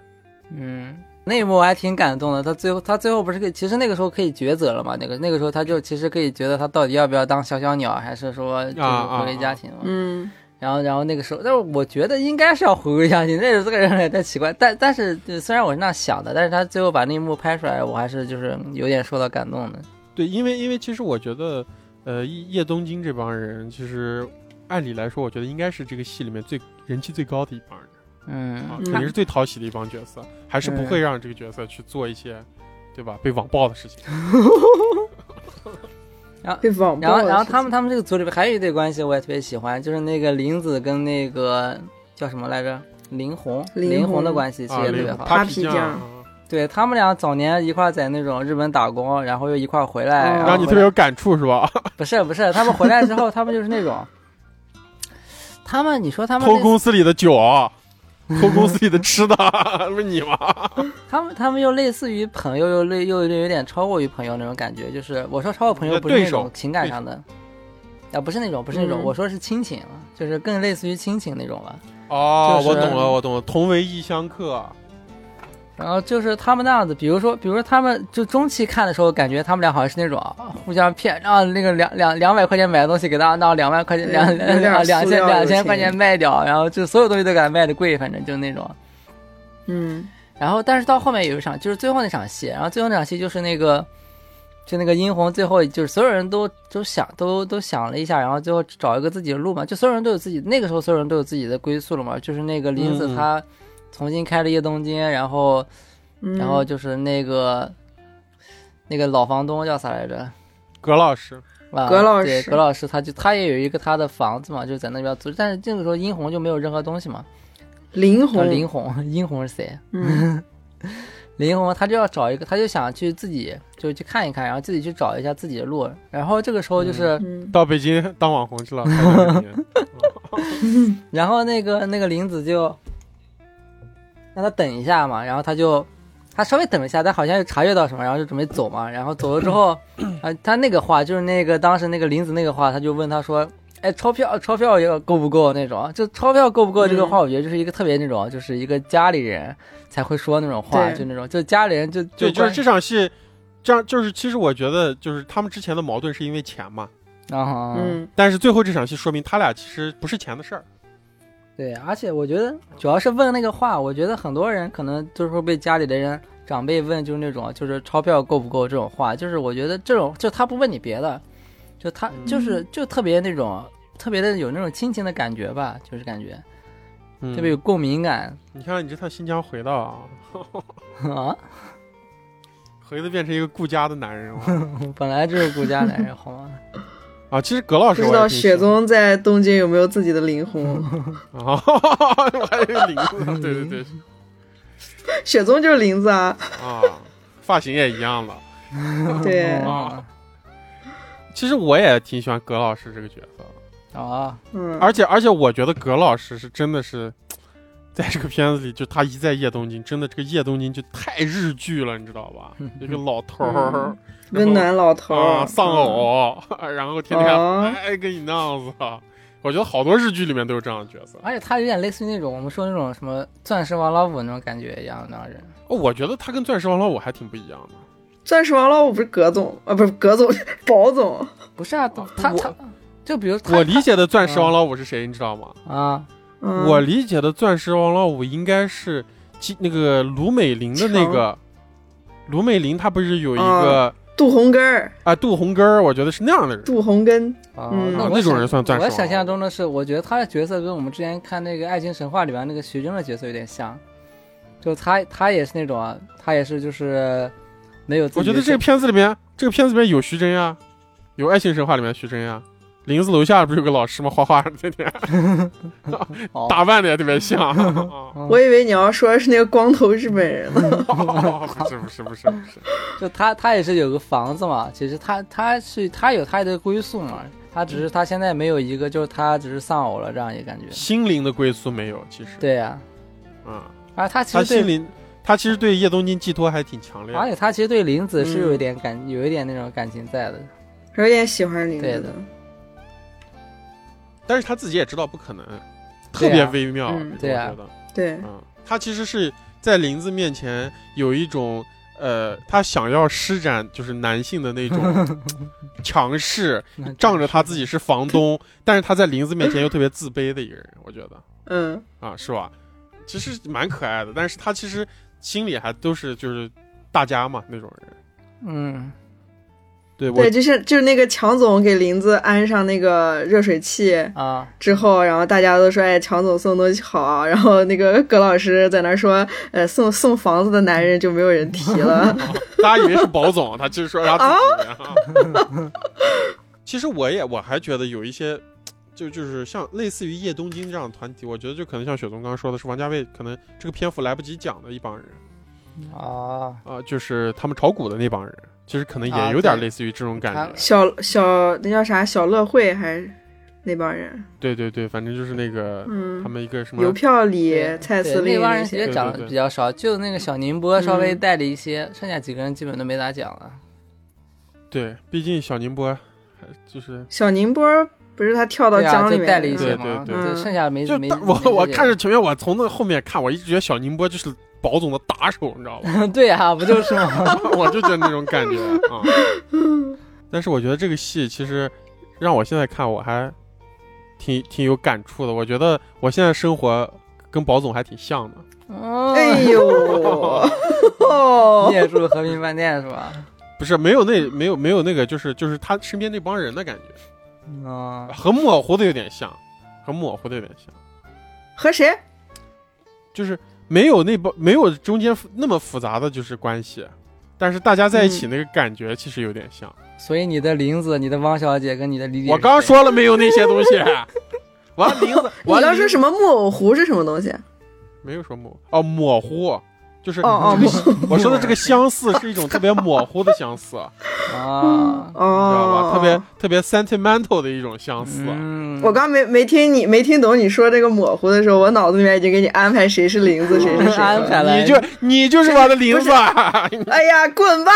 S2: 嗯，那一幕我还挺感动的。他最后，他最后不是可以，其实那个时候可以抉择了嘛？那个那个时候他就其实可以觉得他到底要不要当小小鸟，还是说
S1: 啊
S2: 就是回归家庭嘛？
S3: 嗯，
S2: 然后，然后那个时候，但是我觉得应该是要回归家庭。那时候这个人也 太奇怪，但但是呃虽然我是那样想的，但是他最后把那一幕拍出来，我还是就是有点受到感动的。
S1: 对，因为因为其实我觉得，呃，叶叶东京这帮人，其实按理来说，我觉得应该是这个戏里面最人气最高的一帮人
S2: 嗯
S1: 啊，
S3: 嗯
S1: 肯定是最讨喜的一帮角色，还是不会让这个角色去做一些，对吧？被网暴的事情。
S3: 被网
S2: 然
S3: 暴
S2: 后，
S3: 了。
S2: 然后他们他们这个组里边还有一对关系我也特别喜欢，就是那个林子跟那个叫什么来着，林红，
S3: 林
S2: 林红的
S3: 红
S2: 关系其
S1: 啊，嗯
S2: 实也特
S1: 那
S2: 别
S1: 个
S2: 好。
S1: 扒
S3: 皮
S1: 皮
S3: 匠
S2: 啊
S1: 匠，
S2: 对他们俩早年一块儿在那种日本打工，然后又一块儿回来，
S3: 哦
S2: 然后
S1: 让你
S2: 回
S1: 特别有感触是吧？
S2: 不是不是，他们回来之后，他们就是那种，他们你说他们
S1: 偷
S2: 那
S1: 公司里的酒，啊 偷公司里的吃的，啊不是你吗？
S2: 他们他们又类似于朋友，又类又有点有点超过于朋友那种感觉，就是我说超过朋友
S1: 你的
S2: 不是那
S1: 对手
S2: 种情感上的，啊不是那种不是那种，
S3: 嗯
S2: 我说是亲情，啊就是更类似于亲情那种了。
S1: 哦，
S2: 就是
S1: 我懂了，我懂了，同为异乡客，啊
S2: 然后就是他们那样子，比如说，比如说他们就中期看的时候，感觉他们俩好像是那种啊互相骗，然后那个两两两百块钱买的东西给他，那两万块钱
S3: 对
S2: 两
S3: 有点
S2: 两两
S3: 塑
S2: 千
S3: 料
S2: 两
S3: 友
S2: 千
S3: 情
S2: 块钱卖掉，然后就所有东西都给他卖的贵，反正就那种。
S3: 嗯，
S2: 然后但是到后面有一场，就是最后那场戏，然后最后那场戏就是那个，就那个殷红最后就是所有人都都想都都想了一下，然后最后找一个自己的路嘛，就所有人都有自己那个时候所有人都有自己的归宿了嘛，就是那个林子
S1: 嗯嗯
S2: 他重新开了夜东京，然后
S3: 嗯
S2: 然后就是那个那个老房东叫啥来着？
S1: 葛老师，
S2: 啊，
S3: 葛老
S2: 对
S3: 师
S2: 葛老师，他就他也有一个他的房子嘛，就在那边租，但是这个时候殷红就没有任何东西嘛，
S3: 林
S2: 啊
S3: 红，
S2: 林红， 殷红是谁？
S3: 嗯，
S2: 林红他就要找一个，他就想去自己就去看一看，然后自己去找一下自己的路。然后这个时候就是，
S3: 嗯
S1: 到北京当网红去了，拍这个 片
S2: 然后那个那个林子就让他等一下嘛，然后他就他稍微等了一下，但好像又察觉到什么，然后就准备走嘛。然后走了之 后，啊，他那个话就是那个当时那个林子那个话，他就问他说。哎，钞票，钞票要够不够那种？就钞票够不够这个话，我觉得就是一个特别那种，就是一个家里人才会说那种话，
S3: 对
S2: 就那种，就家里人就
S1: 对，就
S2: 关
S1: 是这场戏，这样就是其实我觉得就是他们之前的矛盾是因为钱嘛，
S2: 啊，
S3: 嗯，
S1: 但是最后这场戏说明他俩其实不是钱的事儿，
S2: 对，而且我觉得主要是问那个话，我觉得很多人可能就是会被家里的人长辈问，就是那种就是钞票够不够这种话，就是我觉得这种就他不问你别的，就他
S1: 嗯
S2: 就是就特别那种特别的有那种亲情的感觉吧，就是感觉
S1: 嗯
S2: 特别有共鸣感
S1: 你看你这趟新疆回到啊，
S2: 啊，
S1: 回的变成一个顾家的男人了
S2: 本来就是顾家男人好吗？
S1: 啊！其实葛老
S3: 不
S1: 师
S3: 知
S1: 我也
S3: 道
S1: 挺
S3: 雪
S1: 喜 欢
S3: 宗在东京有没有自己的 林红？
S1: 啊，我还以为林子呢，对对对
S3: 雪宗就是林子 啊，
S1: 啊，发型也一样了。
S3: 对
S1: 嗯
S2: 啊
S1: 其实我也挺喜欢葛老师这个角色的，
S2: 啊，
S3: 嗯，
S1: 而且 而且我觉得葛老师是真的是，在这个片子里，就他一在夜东京，真的这个夜东京就太日剧了，你知道 吧？一个老头儿
S3: 嗯、温暖老头
S1: 啊
S3: 儿，
S1: 丧
S3: 嗯，
S1: 偶， 然后天天
S3: 哦
S1: 哎跟你那样子，我觉得好多日剧里面都有这样的角色。
S2: 而且他有点类似于那种我们说那种什么钻石王老五那种感觉一样的那种人，
S1: 哦，我觉得他跟钻石王老五还挺不一样的。
S3: 钻石王老五不是葛总啊，不是葛总， 宝总，
S2: 不是啊，他他
S1: 哦我
S2: 他就比如他
S1: 我理解的钻石
S2: 嗯
S1: 王老五是谁，你知道吗？
S2: 啊。
S3: 嗯
S1: 我理解的钻石王老五应该是基那个卢美玲的那个，卢美玲她不是有一个
S2: 嗯
S3: 杜红根儿，
S1: 啊杜红根儿，我觉得是那样的人。
S3: 杜红根，
S2: 啊
S3: 嗯
S2: 我
S1: 那种
S2: 想
S1: 人算钻石
S2: 我
S1: 王
S2: 想象
S1: 了
S2: 中的是，我觉得他的角色跟我们之前看那个《爱情神话》里边那个徐峥的角色有点像，就他他也是那种啊，他也是就是没有自己。
S1: 我觉得这个片子里面，这个片子里面有徐峥呀，有《爱情神话》里面徐峥呀。林子楼下不是有个老师吗？画画的那天
S2: 哦
S1: 打扮的也特别像。 啊
S2: 嗯
S3: 我以为你要说的是那个光头日本人 呢，
S1: 哦不是不是不是不是，
S2: 就他他也是有个房子嘛，其实他他是他有他的归宿嘛，他只是他现在没有一个，就是他只是丧偶了这样一个感觉。
S1: 心灵的归宿没有，其实。
S2: 对呀、
S1: 啊，
S2: 啊，而他其
S1: 他
S2: 实
S1: 心
S2: 对，
S1: 灵，他其实对叶东京寄托还挺强烈的
S2: 而。且他其实对林子是有一
S3: 嗯
S2: 点感，有一点那种感情在的。
S3: 有点喜欢林
S2: 对
S3: 子
S2: 的
S3: 的，
S1: 但是他自己也知道不可能，特
S2: 对啊
S1: 别微妙，
S3: 嗯
S1: 这个
S2: 对啊
S1: 我觉得，
S3: 对，
S1: 嗯，他其实是在林子面前有一种呃，他想要施展就是男性的那 种强势，仗着他自己是房 东，但是他在林子面前又特别自卑的一个人，我觉得
S3: 嗯
S1: 啊，是吧？其实蛮可爱的，但是他其实心里还都是就是大家嘛那种人。
S2: 嗯，
S1: 对我
S3: 对，就是就是那个强总给林子安上那个热水器
S2: 啊，
S3: 之后，然后大家都说哎强总送东西好，啊然后那个葛老师在那儿说呃送送房子的男人就没有人提了，
S1: 大家以为是宝总，他其实说他自己人啊。 其实我也我还觉得有一些，就就是像类似于叶东京这样的团体，我觉得就可能像雪松刚刚说的是王家卫可能这个篇幅来不及讲的一帮人
S2: 啊，
S1: 啊、就是他们炒股的那帮人，其实可能
S2: 啊
S1: 也有点
S2: 对
S1: 类似于这种感觉。
S2: 他
S3: 小小那叫啥小乐会还是那帮人，
S1: 对对对，反正就是那个、他
S3: 嗯，
S1: 们一个什么
S3: 邮票
S2: 对
S3: 里蔡司
S2: 对
S3: 令
S2: 那帮人
S3: 些
S2: 其实讲的比较少，就那个小宁波稍微带了一些，剩下几个人基本都没咋讲了。
S1: 对，毕竟小宁波还就是。
S3: 小宁波不是他跳到
S2: 对啊，
S3: 江里
S2: 就
S3: 面
S2: 带了一
S3: 嗯
S2: 些
S1: 对
S2: 嘛，
S1: 对
S3: 对
S2: 剩下没
S1: 就
S2: 没
S1: 大我
S2: 没
S1: 我
S2: 几个
S1: 看着前面，我从那后面看，我一直觉得小宁波就是宝总的打手，你知道吧？
S2: 人 对啊，不就是 吗？
S1: 我就觉得那种感觉啊。但是我觉得这个戏其实让我现在看我还挺挺有感触的。我觉得我现在生活跟宝总还挺像的。
S3: 哎
S2: 哎，
S3: 呦， 哦
S2: 你，也住和平饭店是吧？
S1: 不是没有
S3: 嗯
S1: 那没有没有那个就是就是他身边那帮人的感觉，
S2: 嗯，
S1: 很模糊的有点像，很模糊的有点像，
S3: 和谁？
S1: 就是没有那帮没有中间复那么复杂的就是关系，但是大家在一
S3: 嗯
S1: 起那个感觉其实有点像。
S2: 所以你的林子、你的汪小姐跟你的李李，
S1: 我刚说了没有那些东西， 完林子，
S3: 你
S1: 完
S3: 刚
S1: 林
S3: 说
S1: 子
S3: 什么木偶狐是什么东西？
S1: 没有说模糊哦，模糊，就是
S3: 哦哦
S1: 这个 我说的这个相似是一种特别模糊的相似，你
S2: 啊，
S1: 知道吧？
S3: 哦，
S1: 特别特别 sentimental 的一种相似。
S2: 嗯，
S3: 我刚没没听你没听懂你说这个模糊的时候，我脑子里面已经给你安排谁是林子，谁是 谁
S2: 安
S3: 了。
S2: 排了，
S1: 你就你就是我的林子，
S3: 哎呀，滚吧！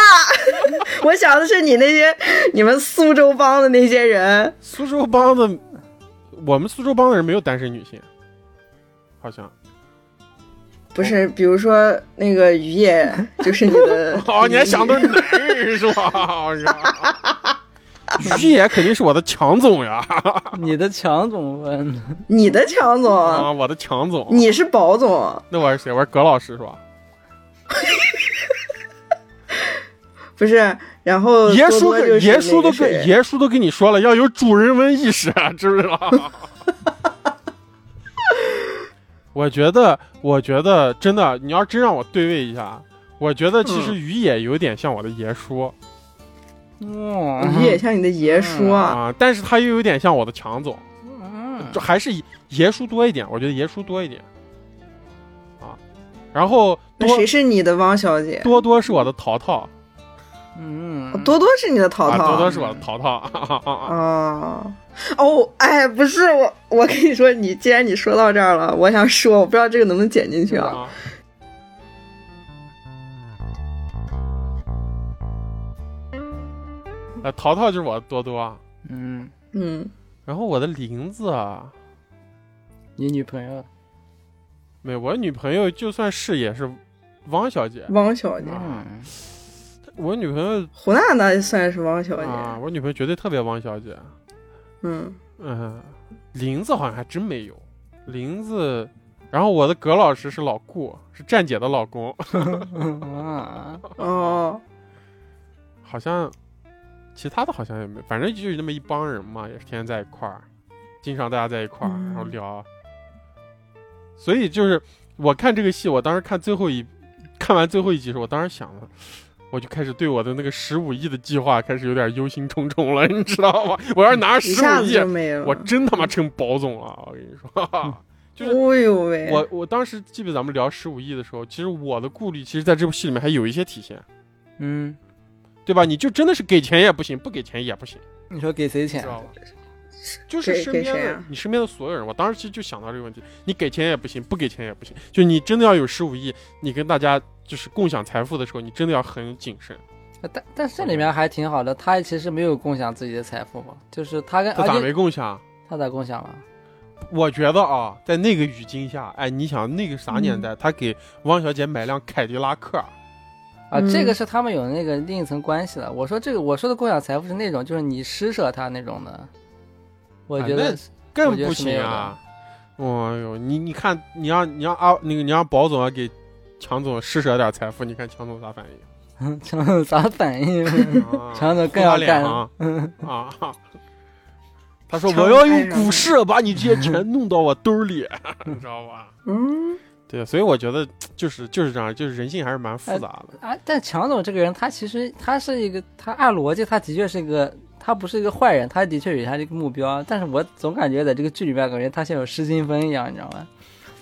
S3: 我想的是你那些你们苏州帮的那些人，
S1: 苏州帮的，我们苏州帮的人没有单身女性，好像。，
S3: 不是，比如说那个于野就是你的
S1: 哦，你还想的是男人是吧？哎 呀于野肯定是我的强总呀，
S2: 你的强总问，
S3: 你的强总，
S1: 啊， 我的强总。
S3: 你是宝总，
S1: 那我是谁？我是葛老师是吧？
S3: 不是？然后
S1: 爷
S3: 多
S1: 叔
S3: 多就是
S1: 跟爷叔
S3: 那
S1: 都
S3: 个谁
S1: 跟爷叔都跟你说了，要有主人翁意识，啊知不知道？ 我觉得，我觉得真的，你要真让我对位一下，我觉得
S3: 嗯
S1: 其实于野有点像我的爷
S3: 啊
S1: 叔
S2: 哇，
S3: 于野像你的爷叔
S1: 啊、
S3: 啊，
S1: 但是他又有点像我的强总，
S2: 嗯
S1: 就还是爷爷叔多一点，我觉得爷叔多一点啊。然后
S3: 那
S1: 多
S3: 谁是你的汪小姐？
S1: 多多是我的淘淘，
S2: 嗯，
S3: 多多是你的淘
S1: 啊，
S3: 淘，
S1: 多多是我的淘淘，啊
S3: 哦哦，哎，不是我，我跟你说，你既然你说到这儿了，我想说，我不知道这个能不能剪进去啊。
S1: 啊呃，淘淘就是我的多多，
S2: 嗯，
S3: 嗯，
S1: 然后我的林子啊，
S2: 你女朋友，
S1: 没有我女朋友就算是也是汪小姐，
S3: 汪小姐，
S2: 嗯，
S1: 我女朋友
S3: 胡娜娜算是汪小姐，
S1: 啊，我女朋友绝对特别汪小姐，
S3: 嗯，
S1: 嗯，林子好像还真没有，林子，然后我的葛老师是老顾，是站姐的老公，
S2: 啊，
S3: 哦，
S1: 好像其他的好像也没，反正就是那么一帮人嘛，也是天天在一块儿，经常大家在一块儿，
S3: 嗯
S1: 然后聊。所以就是我看这个戏，我当时看最后一，看完最后一集的时候，我当时想了。我就开始对我的那个十五亿的计划开始有点忧心忡忡了， 你知道吗？我要是拿
S3: 一
S1: 十
S3: 下
S1: 五
S3: 子就
S1: 亿，
S3: 没了。
S1: 我真他妈成宝总了！我跟你说，就是
S3: 哦呦 喂，
S1: 我我当时记得咱们聊十五亿的时候，其实我的顾虑，其实在这部戏里面还有一些体现，
S2: 嗯，
S1: 对吧？你就真的是给钱也不行，不给钱也不行。
S2: 你说给谁钱
S1: 知？道吧？就是
S3: 给
S1: 身
S3: 给
S1: 边
S3: 谁
S1: 的、
S3: 啊
S1: 你身边的所有人，我当时其实就想到这个问题：你给钱也不行，不给钱也不行。就你真的要有十五亿，你跟大家就是共享财富的时候，你真的要很谨慎。
S2: 啊但但是这里面还挺好的，他其实没有共享自己的财富嘛，就是他跟
S1: 他
S2: 而
S1: 咋
S2: 且
S1: 没共享？
S2: 他咋共享了？
S1: 我觉得啊，在那个语境下，哎，你想那个啥年
S2: 嗯
S1: 代，他给汪小姐买辆凯迪拉克，
S2: 啊，
S3: 嗯
S2: 这个是他们有那个另一层关系的。我说这个，我说的共享财富是那种，就是你施舍他那种的。我觉
S1: 啊
S2: 得
S1: 那
S2: 是，
S1: 更
S2: 我觉得
S1: 不
S2: 是没
S1: 行
S2: 有的
S1: 啊！哦哎呦，你你看，你让你让阿、那个你让宝总要啊给强总施舍点财富，你看强总啥反应？
S2: 强总咋反应？
S1: 啊
S2: 强总
S1: 呼他
S2: 更要
S1: 脸
S2: 干
S1: 啊！啊他说
S3: 强
S1: 我
S3: 总
S1: 要
S3: 爱
S1: 用
S3: 上
S1: 股
S3: 了
S1: 市把你这些钱弄到我兜里， 你知道吧？
S3: 嗯，
S1: 对，所以我觉得就是就是这样，就是人性还是蛮复杂的。
S2: 啊，但强总这个人，他其实他是一个，他按逻辑，他的确是一个，他不是一个坏人，他的确有他这个目标。但是我总感觉在这个剧里面，感觉他像有失心疯一样，你知道吗？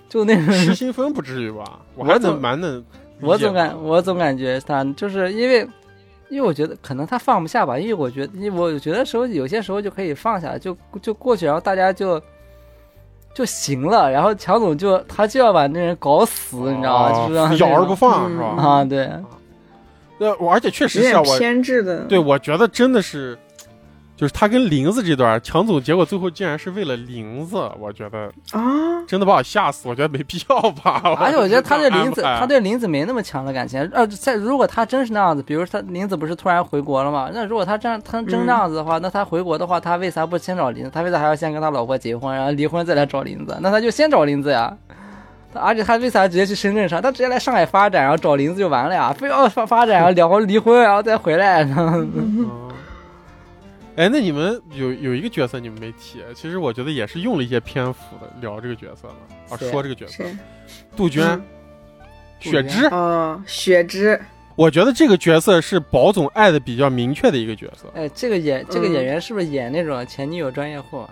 S2: 就那 种
S1: 失心疯不至于 吧？我
S2: 哎我
S1: 还能
S2: 总
S1: 蛮能理解的，
S2: 我总感我总感觉他就是因为，因为我觉得可能他放不下吧，因为我觉得，因为我觉得时候有些时候就可以放下，就就过去，然后大家就就行了，然后强总就他就要把那人搞死，你知道吗？就是让
S1: 哦
S2: 他
S1: 咬
S2: 那
S1: 而
S2: 种
S1: 不放
S3: 嗯
S1: 是吧？
S2: 啊，对，
S1: 那我而且确
S3: 有
S1: 实是啊
S3: 点
S1: 我
S3: 偏执的，
S1: 对，我觉得真的是，就是他跟林子这段，强总结果最后竟然是为了林子，我觉得
S3: 啊，
S1: 真的把我吓死，我觉得没必要吧。
S2: 而且我觉得他对
S1: 啊
S2: 林子，他
S1: 对
S2: 对林子没那么强的感情。呃，在如果他真是那样子，比如他林子不是突然回国了嘛？那如果他这样，他
S1: 嗯
S2: 真那样子的话，那他回国的话，他为啥不先找林子？他为啥还要先跟他老婆结婚，然后离婚再来找林子？那他就先找林子呀。他而且他为啥直接去深圳上？他直接来上海发展，然后找林子就完了呀？非要发发展，然后两个离婚，然后再回来， 然后
S1: 哎，那你们有有一个角色你们没提，其实我觉得也是用了一些篇幅的聊这个角色了，啊，
S2: 谁
S1: 说这个角色，
S3: 谁？
S1: 杜鹃
S3: 嗯、
S1: 雪
S2: 杜
S1: 芝，
S3: 哦，雪芝，
S1: 我觉得这个角色是宝总爱的比较明确的一个角色，
S2: 哎，这个演这个
S3: 嗯
S2: 演员是不是演那种前女友专业户啊？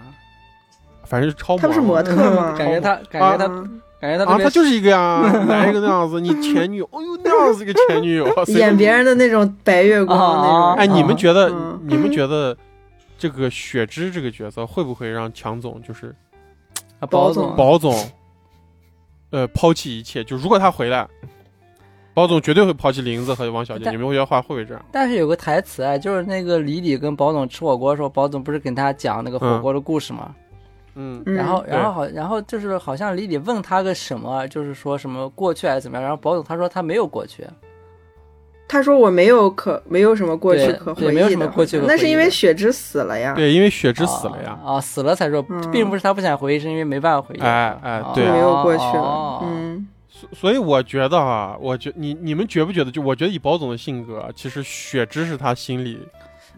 S1: 反正是超模嘛，
S3: 她不是模特 吗？
S2: 感觉他感
S1: 啊
S2: 觉他
S3: 啊
S2: 感觉他
S1: 啊，
S2: 特别
S1: 他就是一个 呀，来一个那样子，你前女友，哎呦那样子一个前 女友，所以
S3: 演别人的那种白月光
S2: 啊
S3: 那
S1: 哎，
S3: 种，
S1: 你们觉得、
S3: 嗯
S1: 你们觉得这个雪芝这个角色会不会让强总就是
S2: 啊包
S3: 包
S2: 总
S3: 总
S1: 宝总，呃，抛弃一切？就如果他回来，宝总绝对会抛弃林子和王小姐。
S2: 但
S1: 你们觉得话会不会这样？
S2: 但是有个台词啊，就是那个李李跟宝总吃火锅的时候，宝总不是跟他讲那个火锅的故事嘛、
S1: 嗯，
S3: 嗯
S2: 然后，
S1: 对
S2: 然后好，然后就是好像李李问他个什么，就是说什么过去还是怎么样，然后宝总他说他没有过去，
S3: 他说我没有可没有什么过去
S2: 对对
S3: 可回忆的，
S2: 没有什么过去可
S3: 那是
S2: 回忆
S3: 因
S2: 的
S3: 为雪芝死了呀，
S1: 对，因为雪芝死了呀。
S2: 啊，啊死了才说，
S3: 嗯
S2: 并不是他不想回忆，是因为没办法回忆，
S1: 哎哎
S2: 啊
S1: 对
S3: 就没有过去
S2: 哦
S3: 了，嗯，
S1: 所所以我觉得啊，我觉你你们觉不觉得？就我觉得以宝总的性格，其实雪芝是他心里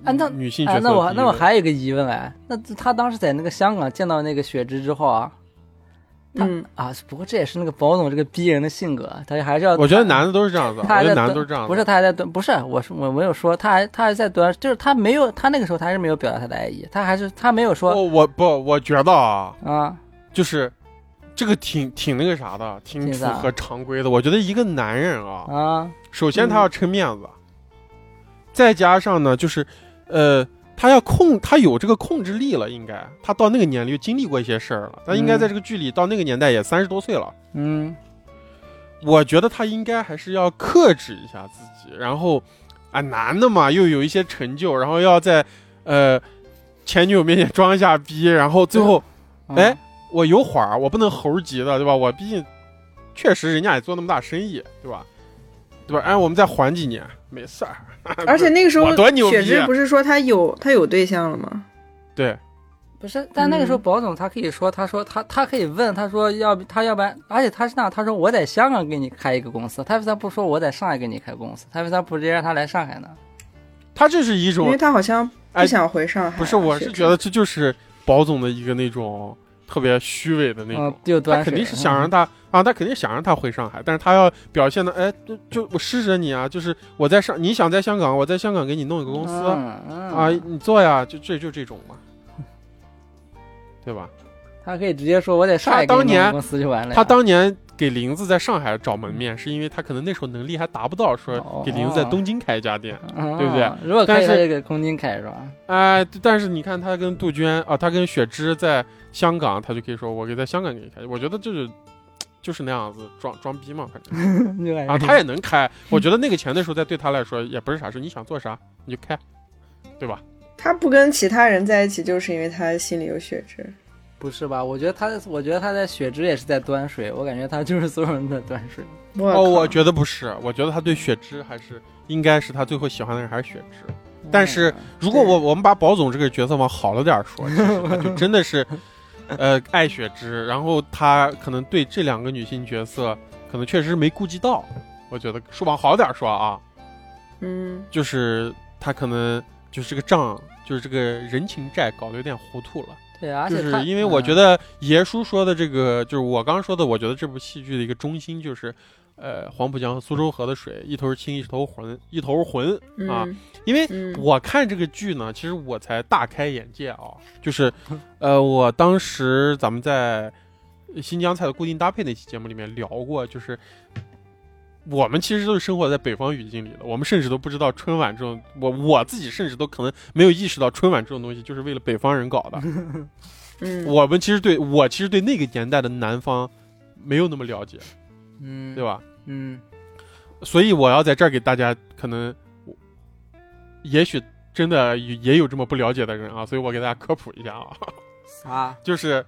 S2: 啊那
S1: 女性角
S2: 哎，
S1: 色的第一
S2: 那
S1: 位、
S2: 我那我还有一个疑问哎，那他当时在那个香港见到那个雪芝之后啊，他、
S3: 嗯
S2: 啊，不过这也是那个宝总这个逼人的性格，啊他还是要
S1: 我觉得男的都是这样子，我
S2: 他还
S1: 觉
S2: 在
S1: 得男的
S2: 端
S1: 都是这样子。啊
S2: 不是他还在端，不是我是我没有说，他还他还在端，就是他没有他那个时候他还是没有表达他的爱意，他还是他没有说
S1: 我哦我不我觉得啊，
S2: 啊
S1: 就是这个挺挺那个啥的，挺
S2: 挺
S1: 符
S2: 啥
S1: 合常规的。我觉得一个男人啊，
S2: 啊
S1: 首先他
S3: 嗯
S1: 要撑面子，再加上呢，就是呃，他要控，他有这个控制力了，应该他到那个年龄就经历过一些事儿了，他应该
S2: 嗯
S1: 在这个剧里到那个年代也三十多岁了。
S2: 嗯
S1: 我觉得他应该还是要克制一下自己，然后啊，男的嘛又有一些成就，然后要在呃前女友面前装一下逼，然后最后
S2: 啊
S1: 哎我有缓儿，我不能猴急的，对吧？我毕竟确实人家也做那么大生意，对吧？对吧？哎，我们再缓几年，没事儿。
S3: 而且那个时候
S1: 我多牛逼啊
S3: 雪芝不是说她有她有对象了吗？
S1: 对，
S2: 不是，但那个时候
S3: 嗯
S2: 宝总他可以说，他说他他可以问，他说要不他要不然，而且他是那样，他说我在香港给你开一个公司，他为啥不说我在上海给你开公司？他为啥不直接让他来上海呢？
S1: 他这是一
S3: 因为
S1: 种，
S3: 她好像
S1: 哎
S3: 不想回上海，
S1: 不是，我
S3: 雪
S1: 是
S3: 芝
S1: 觉得这就是宝总的一个那种特别虚伪的那种。
S2: 嗯，
S3: 啊
S2: 就
S1: 他
S2: 端
S1: 肯
S2: 水嗯
S1: 定是想
S3: 嗯
S1: 让他啊，他肯定想让他回上海，但是他要表现的，哎，就就我施舍你啊，就是我在上，你想在香港，我在香港给你弄一个公司、
S2: 嗯嗯
S1: 啊，你做呀，就这就这种嘛，对吧？
S2: 他可以直接说我在上海给
S1: 他当
S2: 你弄
S1: 年
S2: 个公司就完了呀。
S1: 他当年给林子在上海找门面，是因为他可能那时候能力还达不到，说
S2: 哦
S1: 给林子在东京开一家店。
S2: 嗯
S1: 对不对？
S2: 如果可
S1: 但
S2: 以，
S1: 是
S2: 他就给空金凯是吧？
S1: 哎，但是你看他跟杜鹃啊，他跟雪芝在香港，他就可以说我给在香港给你开。我觉得就是就是那样子装装逼嘛，反正
S2: 就感觉
S1: 啊，他也能开。我觉得那个钱的时候，在对他来说也不是啥事，你想做啥你就开，对吧？
S3: 她不跟其他人在一起，就是因为她心里有雪芝，
S2: 不不是吧？我觉得他，我觉得他在雪之也是在端水，我感觉他就是所有人都在端水。
S3: 我
S1: 哦，
S3: 靠
S1: 我觉得不是，我觉得他对雪芝还是应该是他最后喜欢的人还是雪芝。但是
S2: 嗯
S1: 如果我我们把宝总这个角色往好了点儿说，其实他就真的是，呃，爱雪芝，然后他可能对这两个女性角色可能确实没顾及到。我觉得说往好点儿说啊，
S3: 嗯，
S1: 就是他可能就是这个账，就是这个人情债搞得有点糊涂了。
S2: 对，而
S1: 就
S2: 且他嗯
S1: 是因为我觉得爷叔说的这个，就是我刚刚说的，我觉得这部戏剧的一个中心就是，呃，黄浦江和苏州河的水，一头清一头浑，一头浑
S3: 嗯
S1: 啊。因为
S3: 嗯
S1: 我看这个剧呢，其实我才大开眼界啊，就是，呃，我当时咱们在新疆菜的固定搭配那期节目里面聊过，就是。我们其实都是生活在北方语境里的，我们甚至都不知道春晚这种，我我自己甚至都可能没有意识到春晚这种东西就是为了北方人搞的，
S3: 嗯，
S1: 我们其实对我其实对那个年代的南方没有那么了解，
S2: 嗯，
S1: 对？吧？
S2: 嗯，
S1: 所以我要在这儿给大家，可能我也许真的也有这么不了解的人啊，所以我给大家科普一下啊，
S2: 啥？
S1: 就是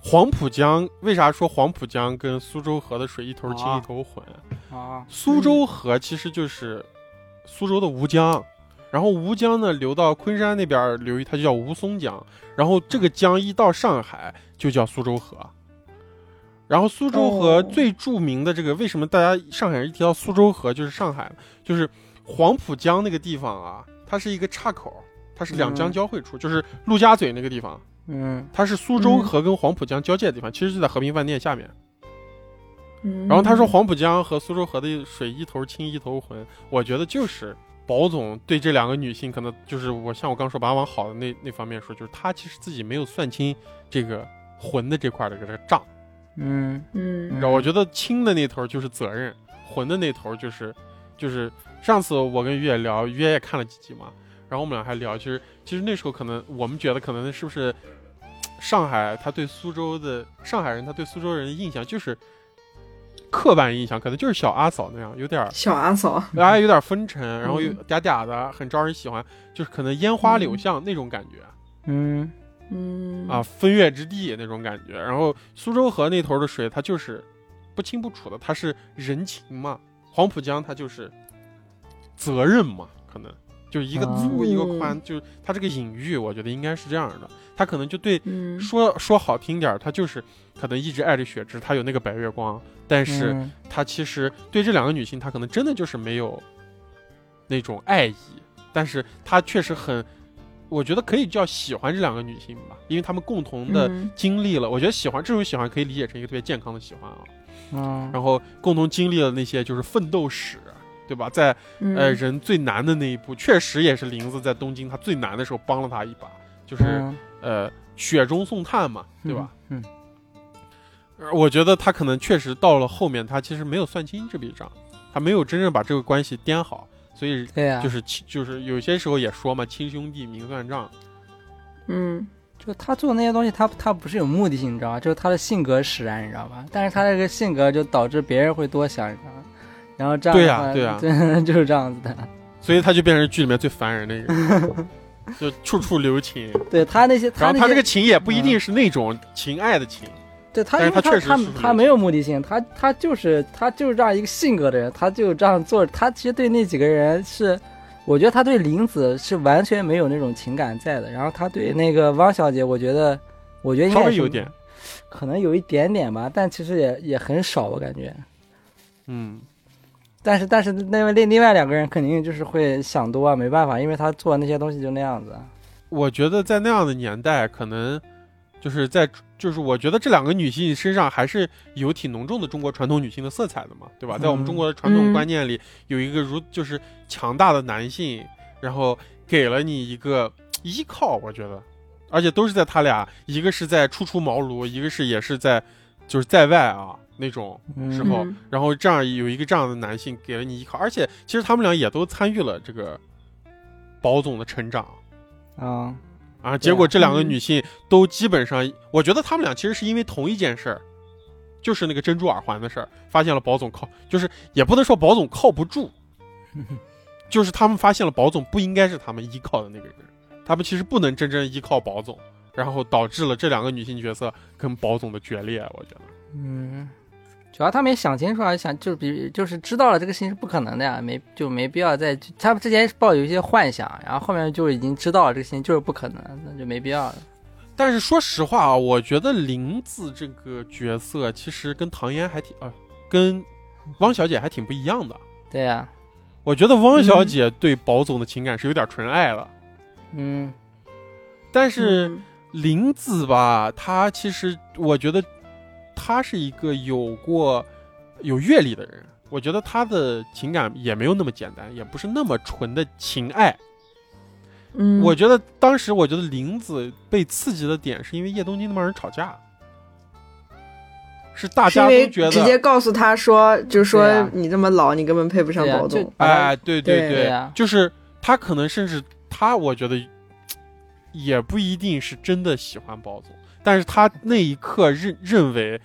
S1: 黄浦江为啥说黄浦江跟苏州河的水一头清
S2: 啊
S1: 一头浑？
S2: 啊，
S1: 苏州
S3: 嗯
S1: 河其实就是苏州的吴江，然后吴江呢流到昆山那边儿流域，它就叫吴淞江，然后这个江一到上海就叫苏州河。然后苏州河
S3: 哦
S1: 最著名的这个，为什么大家上海人一提到苏州河就是上海，就是黄浦江那个地方啊，它是一个岔口，它是两江
S2: 嗯
S1: 交汇处，就是陆家嘴那个地方，
S2: 嗯
S1: 它是苏州
S3: 嗯
S1: 河跟黄浦江交界的地方，其实就在和平饭店下面。
S3: 嗯，
S1: 然后他说黄浦江和苏州河的水一头清一头浑，我觉得就是宝总对这两个女性，可能就是我像我刚说把它往好的那那方面说，就是他其实自己没有算清这个浑的这块儿的这个账。
S2: 嗯
S3: 嗯
S1: 然后我觉得清的那头就是责任，浑的那头就是就是上次我跟于野聊，于野也看了几集嘛，然后我们俩还聊，其实其实那时候可能我们觉得可能是不是上海他对苏州的上海人他对苏州人的印象就是刻板印象，可能就是小阿嫂那样，有 点儿
S3: 小阿嫂，
S1: 大家有点风尘，然后又
S3: 嗯
S1: 嗲嗲的，很招人喜欢，就是可能烟花柳
S3: 嗯
S1: 巷那种感觉。
S2: 嗯
S3: 嗯
S1: 啊，，风月之地那种感觉。然后苏州河那头的水，它就是不清不楚的，它是人情嘛；黄浦江它就是责任嘛，可能就是一个
S3: 哦
S1: 粗、一个宽，就是它这个隐喻，我觉得应该是这样的。它可能就对
S3: 嗯，
S1: 说说好听点儿，它就是可能一直爱着雪芝，它有那个白月光，但是
S2: 嗯
S1: 它其实对这两个女性，她可能真的就是没有那种爱意，但是她确实很。我觉得可以叫喜欢这两个女性吧，因为她们共同的
S3: 嗯
S1: 经历了，我觉得喜欢这种喜欢可以理解成一个特别健康的喜欢啊。
S2: 嗯
S1: 然后共同经历了那些就是奋斗史，对吧？在呃
S3: 嗯
S1: 人最难的那一步，确实也是林子在东京他最难的时候帮了他一把，就是、
S2: 嗯
S1: 呃雪中送炭嘛，对吧？？
S2: 嗯
S1: 呃我觉得他可能确实到了后面，他其实没有算清这笔账，他没有真正把这个关系掂好，所以
S2: 对啊呀，
S1: 就是是亲就是有些时候也说嘛，亲兄弟明算账，
S3: 嗯
S2: 就他做那些东西，他他不是有目的性，你知道吧？就是他的性格使然，你知道吧？但是他这个性格就导致别人会多想，你知道吗？然后这样
S1: 对呀对
S2: 的
S1: 呀
S2: 话，对 就是这样子的。
S1: 所以他就变成剧里面最烦人的一个人， 就处处留情。
S2: 对他那些，
S1: 然后
S2: 那嗯
S1: 他这
S2: 些
S1: 个情也不一定是那种情爱的情，
S2: 对他，
S1: 但
S2: 因为
S1: 是他确实
S2: 他
S1: 是属
S2: 他
S1: 于
S2: 他没有目的性，他他就是他就是这样一个性格的人，他就这样做。他其实对那几个人是，我觉得他对林子是完全没有那种情感在的。然后他对那个汪小姐，我觉得，我觉得应
S1: 稍
S2: 该
S1: 微
S2: 是
S1: 有点，
S2: 可能有一点点吧，但其实也也很少，我感觉。
S1: 嗯，
S2: 但是但是那位另另外两个人肯定就是会想多啊，没办法，因为他做那些东西就那样子。啊
S1: 我觉得在那样的年代，可能就是在就是我觉得这两个女性身上还是有挺浓重的中国传统女性的色彩的嘛，对吧？在我们
S2: 嗯
S1: 中国的传统
S3: 嗯
S1: 观念里，有一个如就是强大的男性，然后给了你一个依靠，我觉得，而且都是在他俩，一个是在初出茅庐，一个是也是在就是在外啊那种
S2: 嗯
S1: 时
S3: 嗯
S1: 候，然后这样有一个这样的男性给了你依靠，而且其实他们俩也都参与了这个宝总的成长
S2: 啊、
S1: 啊。结果这两个
S3: 嗯
S1: 女性都基本上，我觉得他们俩其实是因为同一件事儿，就是那个珍珠耳环的事儿，发现了宝总靠，就是也不能说宝总靠不住，就是他们发现了宝总不应该是他们依靠的那个人，他们其实不能真正依靠宝总，然后导致了这两个女性角色跟宝总的决裂。我觉得，
S2: 嗯，主要他没想清楚啊，想就是比就是知道了这个事情是不可能的呀，没就没必要再他们之前抱有一些幻想，然后后面就已经知道了这个事情就是不可能，那就没必要了。
S1: 但是说实话啊，我觉得林子这个角色其实跟唐嫣还挺啊、跟汪小姐还挺不一样的。
S2: 对呀、
S1: 我觉得汪小姐对宝总的情感是有点纯爱了，
S2: 嗯
S1: 但是
S3: 嗯
S1: 林子吧，她其实我觉得她是一个有过有阅历的人，我觉得她的情感也没有那么简单，也不是那么纯的情爱。
S3: 嗯，
S1: 我觉得当时我觉得林子被刺激的点是因为叶东京那帮人吵架，是大
S3: 是
S1: 家
S3: 因
S1: 都
S3: 为
S1: 觉
S3: 直接
S1: 得
S3: 告诉他说，就
S2: 对
S3: 说
S2: 啊
S3: 你这么老，你根本配不上
S2: 对啊
S3: 保总
S2: 就。
S1: 哎，对
S3: 对
S1: 对，
S2: 对啊
S1: 就是他可能甚至他我觉得嘖也不一定是真的喜欢包总，但是他那一刻认认为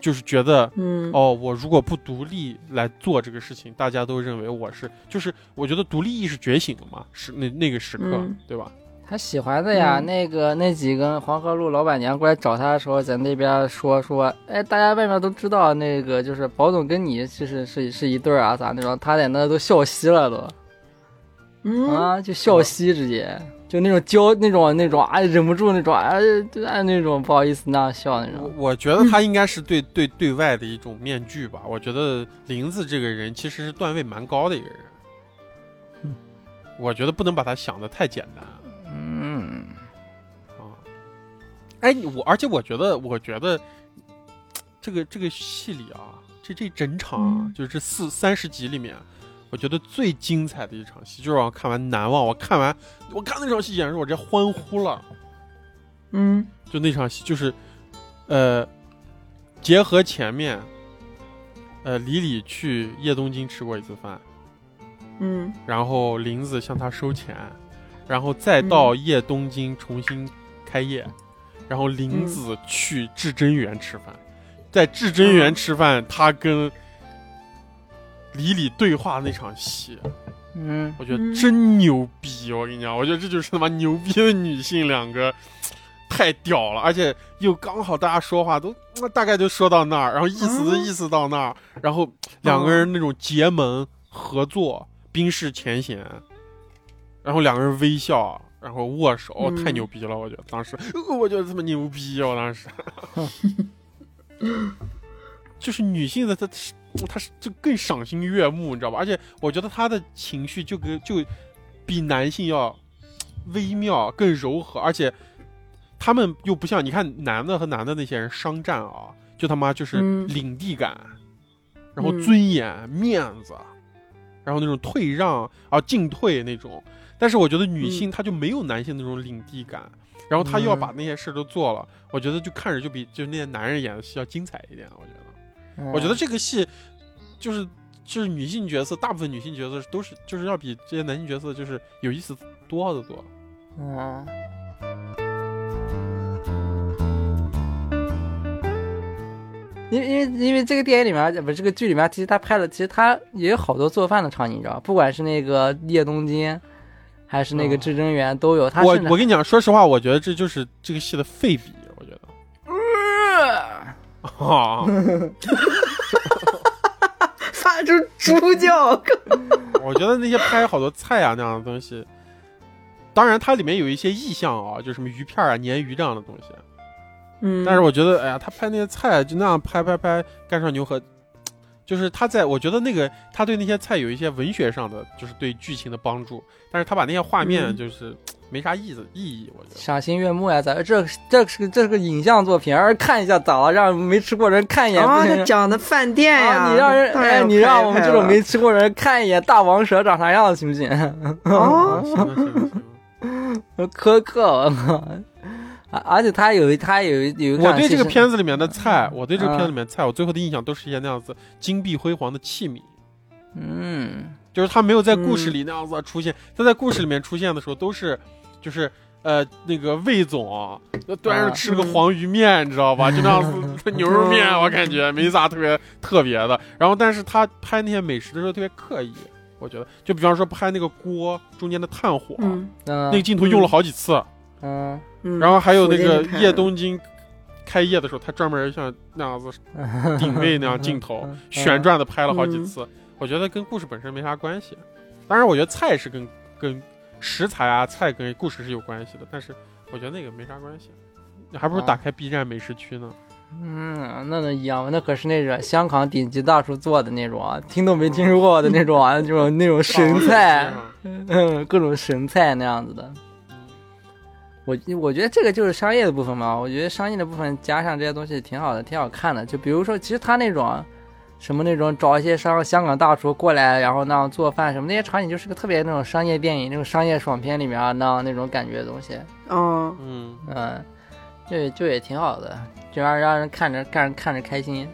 S1: 就是觉得。
S3: 嗯，
S1: 哦，我如果不独立来做这个事情，大家都认为我是，就是我觉得独立意识觉醒了嘛，是那那个时刻，
S3: 嗯
S1: 对吧？
S2: 他喜欢的呀，
S3: 嗯
S2: 那个那几个黄河路老板娘过来找他的时候，在那边说说，哎，大家外面都知道那个就是宝总跟你其实是是一对儿啊咋那种，他在那都笑嘻了都、
S3: 嗯，
S2: 啊，就笑嘻直接就那种娇那种那种啊忍不住那种啊就按那种不好意思那样笑
S3: 啊
S2: 那
S1: 我
S2: 种，
S1: 我觉得
S3: 嗯
S1: 他应该是对对对外的一种面具吧。我觉得林子这个人其实是段位蛮高的一个人，
S2: 嗯
S1: 我觉得不能把他想的太简单啊。
S2: 嗯，
S1: 哦哎，我而且我觉得，我觉得这个这个戏里啊，这这整场、啊
S3: 嗯
S1: 就是这四三十集里面，我觉得最精彩的一场戏就是让我看完难忘。我看完我看那场戏，简直我直接欢呼了。
S3: 嗯，
S1: 就那场戏，就是，呃，结合前面，呃，李李去叶东京吃过一次饭，
S3: 嗯，
S1: 然后林子向他收钱，然后再到叶东京重新开业，然后林子去至真园吃饭，在至真园吃饭，他跟李李对话那场戏，
S2: 嗯，
S1: 我觉得
S3: 嗯
S1: 真牛逼！我跟你讲，我觉得这就是他妈牛逼的女性两个，太屌了！而且又刚好大家说话都呃大概就说到那儿，然后意思都
S3: 嗯
S1: 意思到那儿，然后两个人那种结盟合作，冰释前嫌，然后两个人微笑，然后握手，
S3: 嗯
S1: 太牛逼了！我觉得当时，呃我觉得他妈牛逼！我 当时，就是女性的她是她是就更赏心悦目，你知道吧？而且我觉得她的情绪就跟就比男性要微妙、更柔和，而且他们又不像你看男的和男的那些人商战啊，就他妈就是
S3: 嗯
S1: 领地感，然后
S3: 嗯
S1: 尊严、面子，然后那种退让啊、进退那种。但是我觉得女性她就没有男性那种领地感，然后她又要把那些事儿都做了，我觉得就看着就比就是那些男人演的戏要精彩一点。我觉得，
S2: 嗯
S1: 我觉得这个戏就是就是女性角色，大部分女性角色都是就是要比这些男性角色就是有意思多得多。
S2: 嗯。因为因为因为这个电影里面呃不是这个剧里面，其实他拍的其实他也有好多做饭的场景，你知道吧，不管是那个叶东京，还是那个
S1: 嗯
S2: 至臻园都有。他
S1: 我
S2: 甚至
S1: 我跟你讲，说实话，我觉得这就是这个戏的废笔，我觉得。 啊，
S3: 发出猪叫，
S1: 我觉得那些拍好多菜啊那样的东西，当然它里面有一些意象啊，就什么鱼片啊、鲶鱼这样的东西。
S3: 嗯，
S1: 但是我觉得，哎呀，他拍那些菜就那样拍拍拍，干上牛河，就是他在我觉得那个他对那些菜有一些文学上的，就是对剧情的帮助，但是他把那些画面
S3: 嗯
S1: 就是没啥意思、意义，我觉得。
S2: 赏心悦目呀，咱这这是个这是个影像作品，而看一下咋了？让没吃过人看一眼
S3: 啊，
S2: 不
S3: 他
S2: 行。
S3: 讲的饭店呀，
S2: 啊你让人
S3: 当然
S2: 哎，
S3: 要
S2: 你
S3: 拍
S2: 让
S3: 一
S2: 我们
S3: 拍
S2: 这种
S3: 了
S2: 没吃过人看一眼大王蛇长啥样，行不 行？
S1: 啊
S3: 哦，
S1: 行了行了行了，
S2: 苛刻，我靠！啊而且他有一，他有一有一
S1: 我
S2: 看
S1: 对这
S2: 其实
S1: 个片子里面的菜，我对这个片子里面的菜，我最后的印象都是一些那样子金碧辉煌的器皿。
S2: 嗯
S1: 就是他没有在故
S3: 嗯
S1: 事里那样子出现，他在故事里面出现的时候都是，就是呃那个魏总啊，就端着吃了个黄鱼面，你知道
S3: 嗯
S1: 吧？就那样子牛肉面，我感觉没啥特别特别的。然后，但是他拍那些美食的时候特别刻意，我觉得，就比方说拍那个锅中间的炭火，
S3: 嗯
S2: 嗯，
S1: 那个镜头用了好几次，
S2: 嗯，
S3: 嗯，
S1: 然后还有那个
S3: 福建就看
S1: 夜东京开业的时候，他专门像那 样子定位那样镜头
S2: 嗯
S1: 哦旋，转的拍了好几次。我觉得跟故事本身没啥关系，当然我觉得菜是跟跟食材啊菜跟故事是有关系的，但是我觉得那个没啥关系，你还不如
S2: 啊
S1: 打开 B 站美食区呢。
S2: 嗯，那能一样吗？那可是那种香港顶级大厨做的那种啊，听都没听说过的那 种啊，这种那种神
S1: 哦
S2: 菜，嗯， 各种神菜那样子的。我我觉得这个就是商业的部分嘛，我觉得商业的部分加上这些东西挺好的，挺好看的。就比如说，其实他那种什么那种找一些商香港大厨过来，然后那样做饭什么那些场景，就是个特别那种商业电影、那种商业爽片里面啊那样那种感觉的东西。
S3: 哦，
S1: 嗯，
S2: 嗯，就就也挺好的，就让让人看着看着看着开心。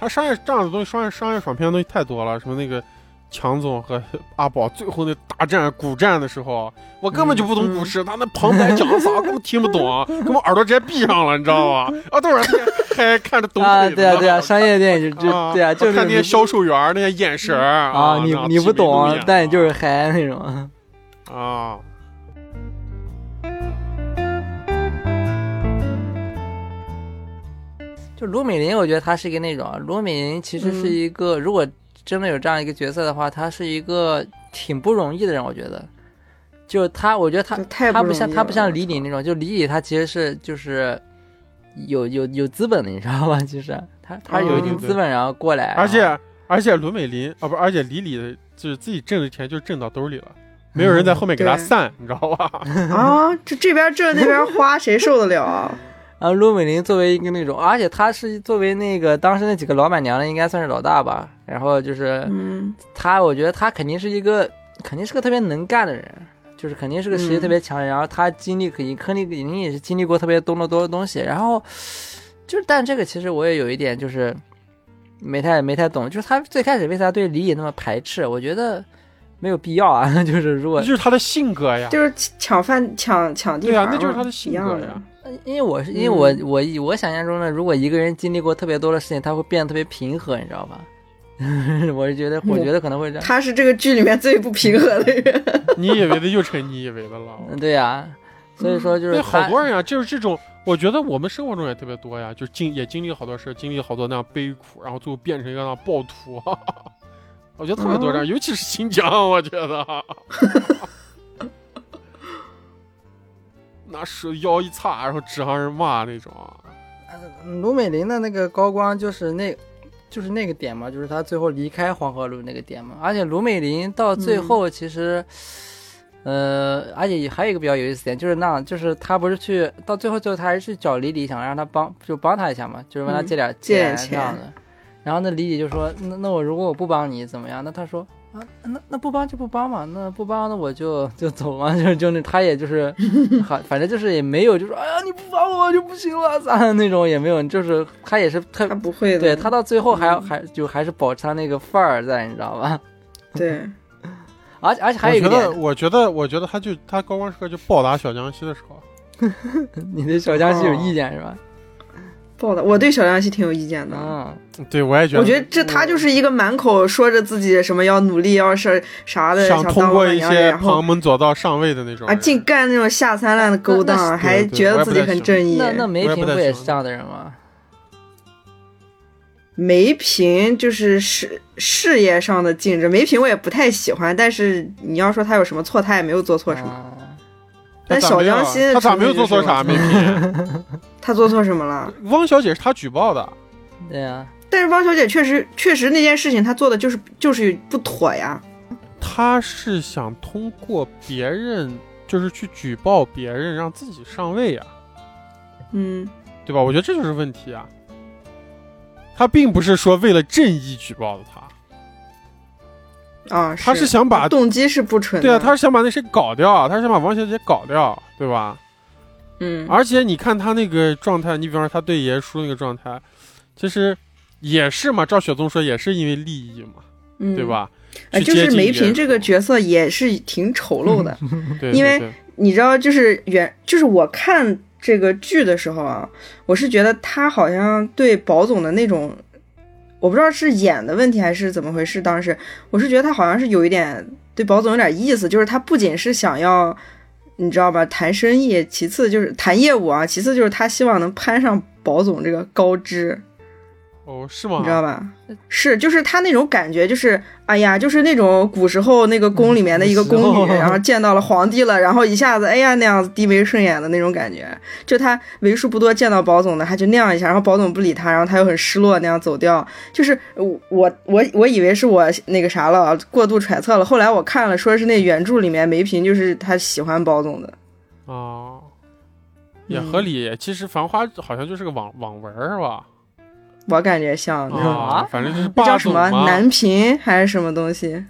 S1: 它商业这样的东西，商业商业爽片的东西太多了，什么那个。强总和阿宝最后那大战古战的时候，我根本就不
S2: 嗯
S1: 懂股市，他那旁白讲啥我根本听不 懂，给我耳朵直接闭上了，你知道吗？啊，对，还看着抖
S2: 啊，
S1: 腿子
S2: 对啊
S1: 呢
S2: 对啊，商业电 影就就
S1: 啊
S2: 对啊，
S1: 我
S2: 就是
S1: 看那
S2: 你
S1: 些销售员儿那些眼神儿
S2: 啊，你
S1: 那
S2: 你不
S1: 挤眉弄
S2: 懂
S1: 眼，
S2: 但你就是嗨那种。
S1: 啊。
S2: 就卢美玲，我觉得她是一个那种，啊卢美玲其实是
S3: 嗯
S2: 一个，如果真的有这样一个角色的话，她是一个挺不容易的人，我觉得。就她，我觉得她
S3: 这太
S2: 她
S3: 不
S2: 不像
S3: 容易
S2: 她不像
S3: 了
S2: 李李那种，就李李她其实是就是有有有资本的，你知道吧？ 就是她她
S3: 哦
S2: 有一定
S1: 嗯对对
S2: 资本，然后过来，
S1: 而且而且卢美林啊，不，而且李李的就是自己挣的钱就挣到兜里了，没有人在后面给他
S3: 嗯对
S1: 散，你知道吧？
S3: 啊，这这边挣那边花，谁受得了啊？
S2: 然后罗美玲作为一个那种，而且她是作为那个当时那几个老板娘的，应该算是老大吧。然后就是
S3: 嗯
S2: 她，我觉得她肯定是一个，肯定是个特别能干的人，就是肯定是个实力
S3: 嗯
S2: 特别强的人。然后她经历肯定肯定也是经历过特别多的多的东西。然后就是，但这个其实我也有一点就是没太没太懂，就是她最开始为啥对李野那么排斥？我觉得没有必要啊。 就是如果
S1: 这就是他的性格呀，
S3: 就是抢饭抢抢地
S1: 对
S3: 盘
S1: 呀
S3: 嘛，，
S1: 那就是他的性
S3: 一
S1: 格
S3: 样啊
S1: 呀
S3: 的。。
S2: 因为我是因为我、
S1: 嗯
S2: 我以我想象中的，如果一个人经历过特别多的事情，他会变得特别平和，你知道吧？ 我是觉得，
S1: 嗯
S2: 我觉得可能会这样。
S3: 他是这个剧里面最不平衡的人。
S1: 你以为的又成你以为的了。
S2: 嗯，对呀、所以说就是
S1: 对，
S2: 他
S1: 好多人呀，就是这种，我觉得我们生活中也特别多呀，就经也经历好多事，经历好多那样悲苦，然后最后变成一个那样暴徒。 我觉得特别
S3: 嗯
S1: 多这样，尤其是新疆，我觉得， 拿手腰一叉，然后指上人骂那种。啊
S2: 卢美玲的那个高光就是那，就是那个点嘛，就是她最后离开黄河路那个点嘛。而且卢美玲到最
S3: 嗯
S2: 后其实，呃，而且还有一个比较有意思点，就是那样，就是她不是去到最后最后她还是去找李李，想让她帮就帮她一下嘛，就是问她
S3: 嗯
S2: 借点、
S3: 借点
S2: 这样的。然后那李李就说：“那那我如果我不帮你怎么样？”那她说：“啊，那那不帮就不帮嘛，那不帮那我就就走嘛，就就那他 也就是，好，反正就是也没有就说哎呀你不帮我就不行了咋那种也没有，就是他也是特
S3: 他不会的，
S2: 对他到最后还、
S3: 嗯
S2: 还就还是保持他那个范儿在，你知道吧？
S3: 对，
S2: 而且而且还
S1: 我
S2: 有一个
S1: 觉得，
S2: 点，
S1: 我觉得，我觉得他就他高光时刻就暴打小江西的时候，
S2: 你对小江西
S1: 哦
S2: 有意见是
S1: 嗯
S2: 吧？
S3: 报道我对小亮西挺有意见的。
S1: 啊
S2: 嗯，
S1: 对我也觉
S3: 我
S1: 得，
S3: 觉得这他就是一个满口说着自己什么要努力要是啥的，
S1: 想
S3: 想
S1: 通
S3: 当
S1: 过
S3: 老板
S1: 一
S3: 娘的
S1: 些
S3: 然
S1: 旁
S3: 后
S1: 门左道上位的那种
S3: 啊
S1: 人
S3: 净干那种下三滥的勾
S2: 那那
S3: 当，
S2: 是
S3: 还
S1: 对对
S3: 觉
S1: 我也
S3: 得
S1: 不
S3: 自己
S1: 太
S3: 很
S1: 行
S3: 正义。
S2: 那那梅
S1: 我也
S2: 萍
S1: 不太
S2: 不也
S1: 喜
S2: 是
S1: 欢
S2: 这样的人吗？
S3: 梅萍就是事事业上的竞争，梅萍我也不太喜欢，但是你要说她有什么错，她也没有做错什么。
S2: 嗯
S1: 他
S3: 但
S1: 咋
S3: 小
S1: 没有
S3: 江
S1: 啊
S3: 西的
S1: 他咋
S3: 成
S1: 没有
S3: 绩
S1: 做
S3: 就
S1: 错
S3: 是
S1: 啥？
S3: 我
S1: 没品。
S3: 她做错什么了？
S1: 汪小姐是他举报的，
S2: 对呀、
S3: 但是汪小姐确实确实那件事情，她做的就是就是不妥呀。
S1: 他是想通过别人，就是去举报别人，让自己上位呀、
S3: 嗯，
S1: 对吧？我觉得这就是问题啊。他并不是说为了正义举报的他，
S3: 啊，
S1: 他是想把
S3: 动机是不纯的。
S1: 对啊，他是想把那谁搞掉，啊他是想把王小姐搞掉，啊对吧？
S3: 嗯
S1: 而且你看他那个状态，你比方说他对爷叔那个状态，其实也是嘛，照雪松说也是因为利益嘛，
S3: 嗯
S1: 对？吧？
S3: 啊，
S1: 去
S3: 就
S1: 接
S3: 是
S1: 近
S3: 梅
S1: 别
S3: 萍
S1: 人
S3: 这个角色也是挺丑陋的，
S1: 对，
S3: 因
S1: 对
S3: 为
S1: 对
S3: 你知道，就是原就是我看这个剧的时候啊，我是觉得他好像对宝总的那种，我不知道是演的问题还是怎么回事。当时我是觉得他好像是有一点对宝总有点意思，就是他不仅是想要你知道吧？谈生意，其次就是谈业务啊，其次就是他希望能攀上保总这个高枝，
S1: 哦，是吗？
S3: 你知道吧？是，就是他那种感觉，就是哎呀，就是那种古时候那个宫里面的一个宫
S2: 古
S3: 女，
S2: 时候
S3: 然后见到了皇帝了，然后一下子哎呀那样子低眉顺眼的那种感觉。就他为数不多见到保总的，他就那样一下，然后保总不理他，然后他又很失落那样走掉。就是我我我我以为是我那个啥了，过度揣测了。后来我看了，说是那原著里面梅平就是他喜欢保总的。
S1: 哦，也
S3: 嗯
S1: 合理。其实《繁花》好像就是个网网文儿是吧？
S3: 我感觉像，
S2: 嗯
S3: 你知道吗
S1: 啊，反正就是
S3: 那
S1: 霸
S3: 叫什
S1: 总
S3: 么
S1: 嘛，
S3: 南平还是什么东西？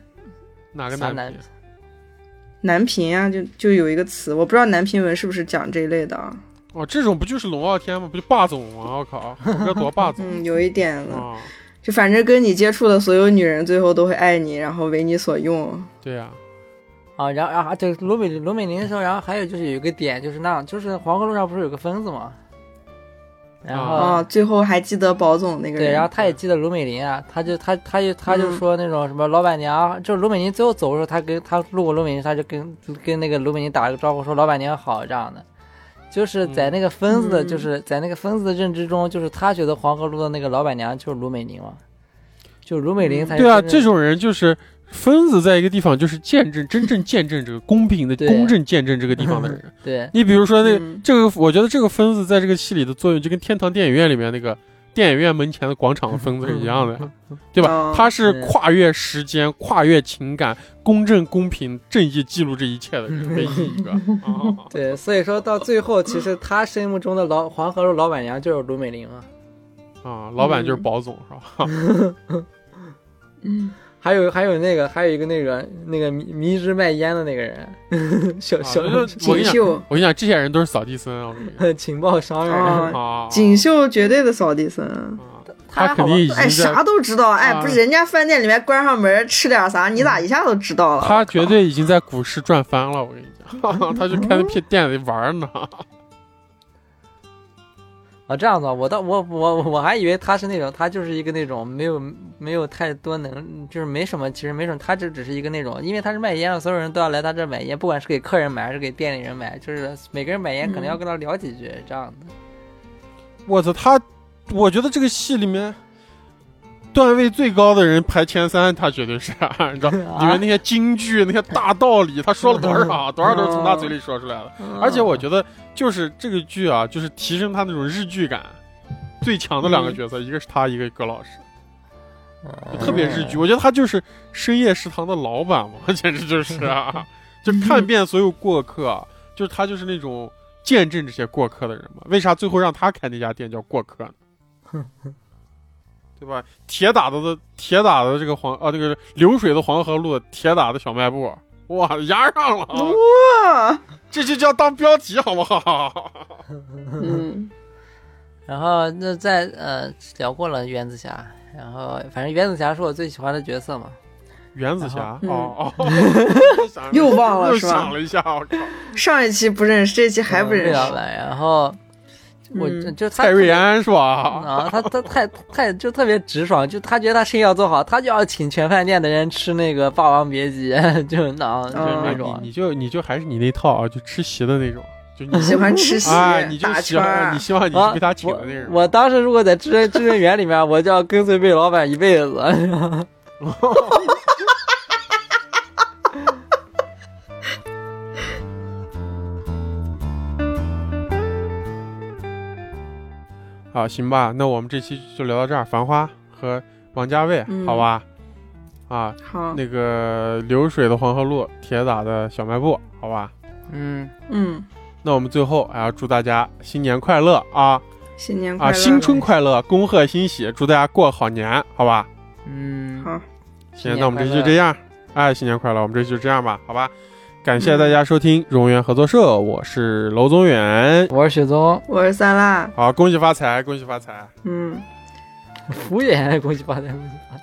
S1: 哪个
S2: 啥
S1: 男
S2: 男
S1: 频？
S3: 南平啊，就就有一个词，我不知道南平文是不是讲这一类的啊。
S1: 哦，这种不就是龙傲天吗？不就霸总吗？我靠，这多霸总
S3: 嗯，有一点了，
S1: 啊！
S3: 就反正跟你接触的所有女人，最后都会爱你，然后为你所用。
S1: 对呀，
S2: 啊，然后啊，对罗美罗美玲的时候，然后还有就是有一个点就是那样，就是黄河路上不是有个疯子吗？然后、
S1: 哦
S3: 啊，最后还记得保总那个人。
S2: 对，然后他也记得罗美玲啊，他就他他就他就
S3: 嗯
S2: 说那种什么老板娘，就是罗美玲最后走的时候，他跟他路过罗美玲，他就跟跟那个罗美玲打了个招呼，说老板娘好这样的。就是在那个疯子的，
S3: 嗯
S2: 就是在那个疯子的认知中，就是他觉得黄河路的那个老板娘就是罗美玲嘛，就罗美玲才是
S1: 对啊，
S2: 真正
S1: 这种人就是分子，在一个地方就是见证真正见证这个公平的
S2: 对
S1: 公正见证这个地方的 人。
S2: 对
S1: 你比如说那个
S3: 嗯
S1: 这个，我觉得这个分子在这个戏里的作用，就跟天堂电影院里面那个电影院门前的广场的分子是一样 的。
S2: 嗯
S1: 对吧
S3: 哦？
S1: 他是
S2: 对
S1: 跨越时间、跨越情感、公正、公平、正义，记录这一切的人，唯一一个。啊
S2: 对，所以说到最后，其实他心目中的老黄河路老板娘就是卢美玲嘛。
S1: 啊，老板就是保总是吧？
S2: 还有还有那个还有一个那个那个迷迷之卖烟的那个人， 小小、
S1: 啊就是我跟
S3: 锦
S1: 你讲，
S3: 绣
S1: 我跟你讲，这些人都是扫地僧啊！我跟你
S2: 情报商人。
S3: 啊
S1: 讲，啊，
S3: 锦绣绝对的扫地僧，
S1: 啊
S2: 他
S1: 他肯定已
S3: 哎，
S1: 经在
S3: 啥，都知道。哎，
S1: 啊
S3: 不是人家饭店里面关上门吃点啥，你咋一下都知道了？
S1: 他绝对已经在股市赚翻了！我跟你讲，他就开那屁店里玩呢。
S2: 啊，这样子啊，我倒我我我还以为他是那种，他就是一个那种没有没有太多能，就是没什么，其实没什么，他这只是一个那种，因为他是卖烟的，啊所有人都要来他这买烟，不管是给客人买还是给店里人买，就是每个人买烟可能要跟他聊几句、这样的。
S1: 我操，他，我觉得这个戏里面。段位最高的人排前三，他绝对是， 你知道，
S2: 啊
S1: 里面那些京剧、那些大道理，他说了多少，啊多少都是从他嘴里说出来的。
S2: 嗯
S1: 而且我觉得，就是这个剧啊，就是提升他那种日剧感最强的两个角色，一个是他，一个是葛老师，
S2: 得
S1: 就特别日剧。我觉得他就是深夜食堂的老板嘛， 简直就是啊，就看遍所有过客啊，就是他就是那种见证这些过客的人嘛。为啥最后让他开那家店叫过客呢？ 对吧？铁打的的铁打的这个黄啊，这个流水的黄河路，铁打的小卖部，啊哇，压上了啊，
S3: 哇，
S1: 这就叫当标题好不好？
S3: 嗯，
S2: 然后那在呃聊过了原子侠，然后反正原子侠是我最喜欢的角色嘛。
S1: 原子侠，
S3: 然
S1: 哦哦，想了
S3: 又忘了
S1: 又
S3: 是吧
S1: 想了一嗯下，我靠，
S3: 上一期不认识，这期还不
S2: 魏
S3: 认
S2: 老
S1: 啊
S3: 识。
S2: 板，嗯啊然后我、
S3: 嗯
S2: 就他
S1: 蔡瑞
S2: 特别
S1: 安是吧？
S2: 啊，他他太太就特别直爽，就他觉得他生意要做好，他就要请全饭店的人吃那个《霸王别姬》， 就是那
S1: 就
S2: 就
S1: 是
S3: 嗯
S1: 啊
S2: 那
S1: 你
S2: 种。
S1: 你就你就还是你那套啊，就吃席的那种，就你
S3: 喜欢吃 席
S1: 啊，你就
S3: 打
S1: 喜
S3: 圈
S1: 欢
S3: 儿
S1: 你，希望你
S2: 啊
S1: 是被他请的那
S2: 我
S1: 种。
S2: 我当时如果在知人知人园里面，我就要跟随魏老板一辈子。
S1: 啊，行吧，那我们这期就聊到这儿，《繁花》和王家卫，
S3: 嗯
S1: 好吧？啊，
S3: 好，
S1: 那个流水的黄河路，铁打的小卖部，好吧？
S2: 嗯，
S3: 嗯，
S1: 那我们最后啊还要祝大家新年快乐啊
S3: 新年快
S1: 啊，
S3: 乐，
S1: 新春快乐，恭贺新喜，祝大家过好年，好吧？
S2: 嗯，
S3: 好，
S1: 行，那我们这期就这样。哎，新年快乐！我们这期就这样吧，好吧？感谢大家收听荣源合作社，我是娄宗远。
S2: 我是雪宗，
S3: 我是三辣，
S1: 好，恭喜发财，恭喜发财！
S3: 嗯。
S2: 服务员，恭喜发财，恭喜发财。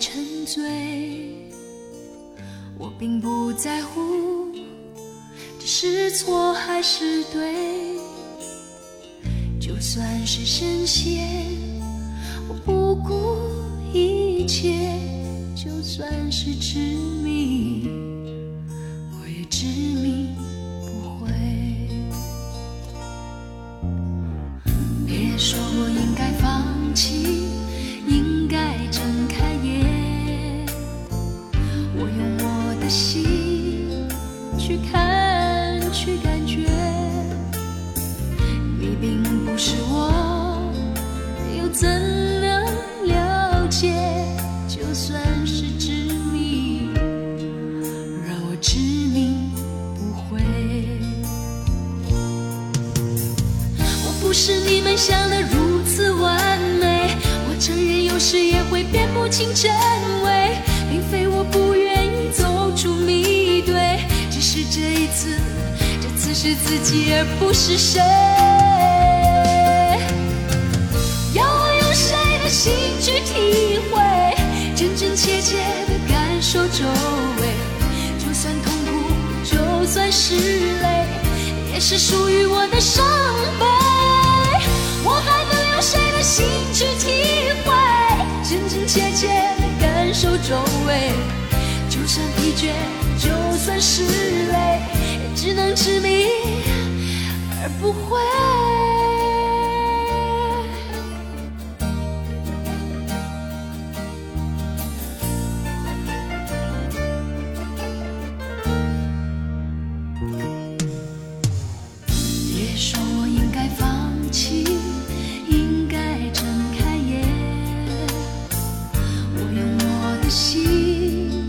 S4: 沉醉，我并不在乎这是错还是对，就算是深陷，我不顾一切；就算是执迷，我也执迷不悔。别说我应该放弃，应该睁开眼。我用我的心去看，去感觉。你并不是我，又怎能了解？就算是执迷，让我执迷不悔。我不是你们想的如此完美，我承认有时也会辨不清真伪，并非我不愿意走出迷堆，只是这一次，这次是自己而不是谁。要我用谁的心去体会，真真切切的感受周围，就算痛苦，就算是累，也是属于我的伤悲。我还能用谁的心去体会，真真切切的感受周围，就算疲倦，就算是累，也只能执迷而不悔。别说我应该放弃，应该睁开眼。我用我的心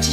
S4: 只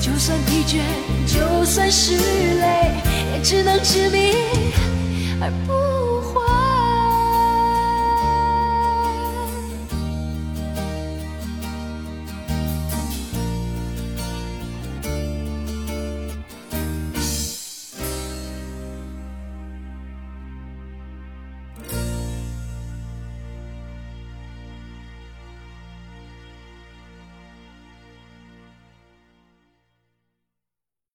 S4: 就算疲倦，就算是累，也只能执迷而不悔。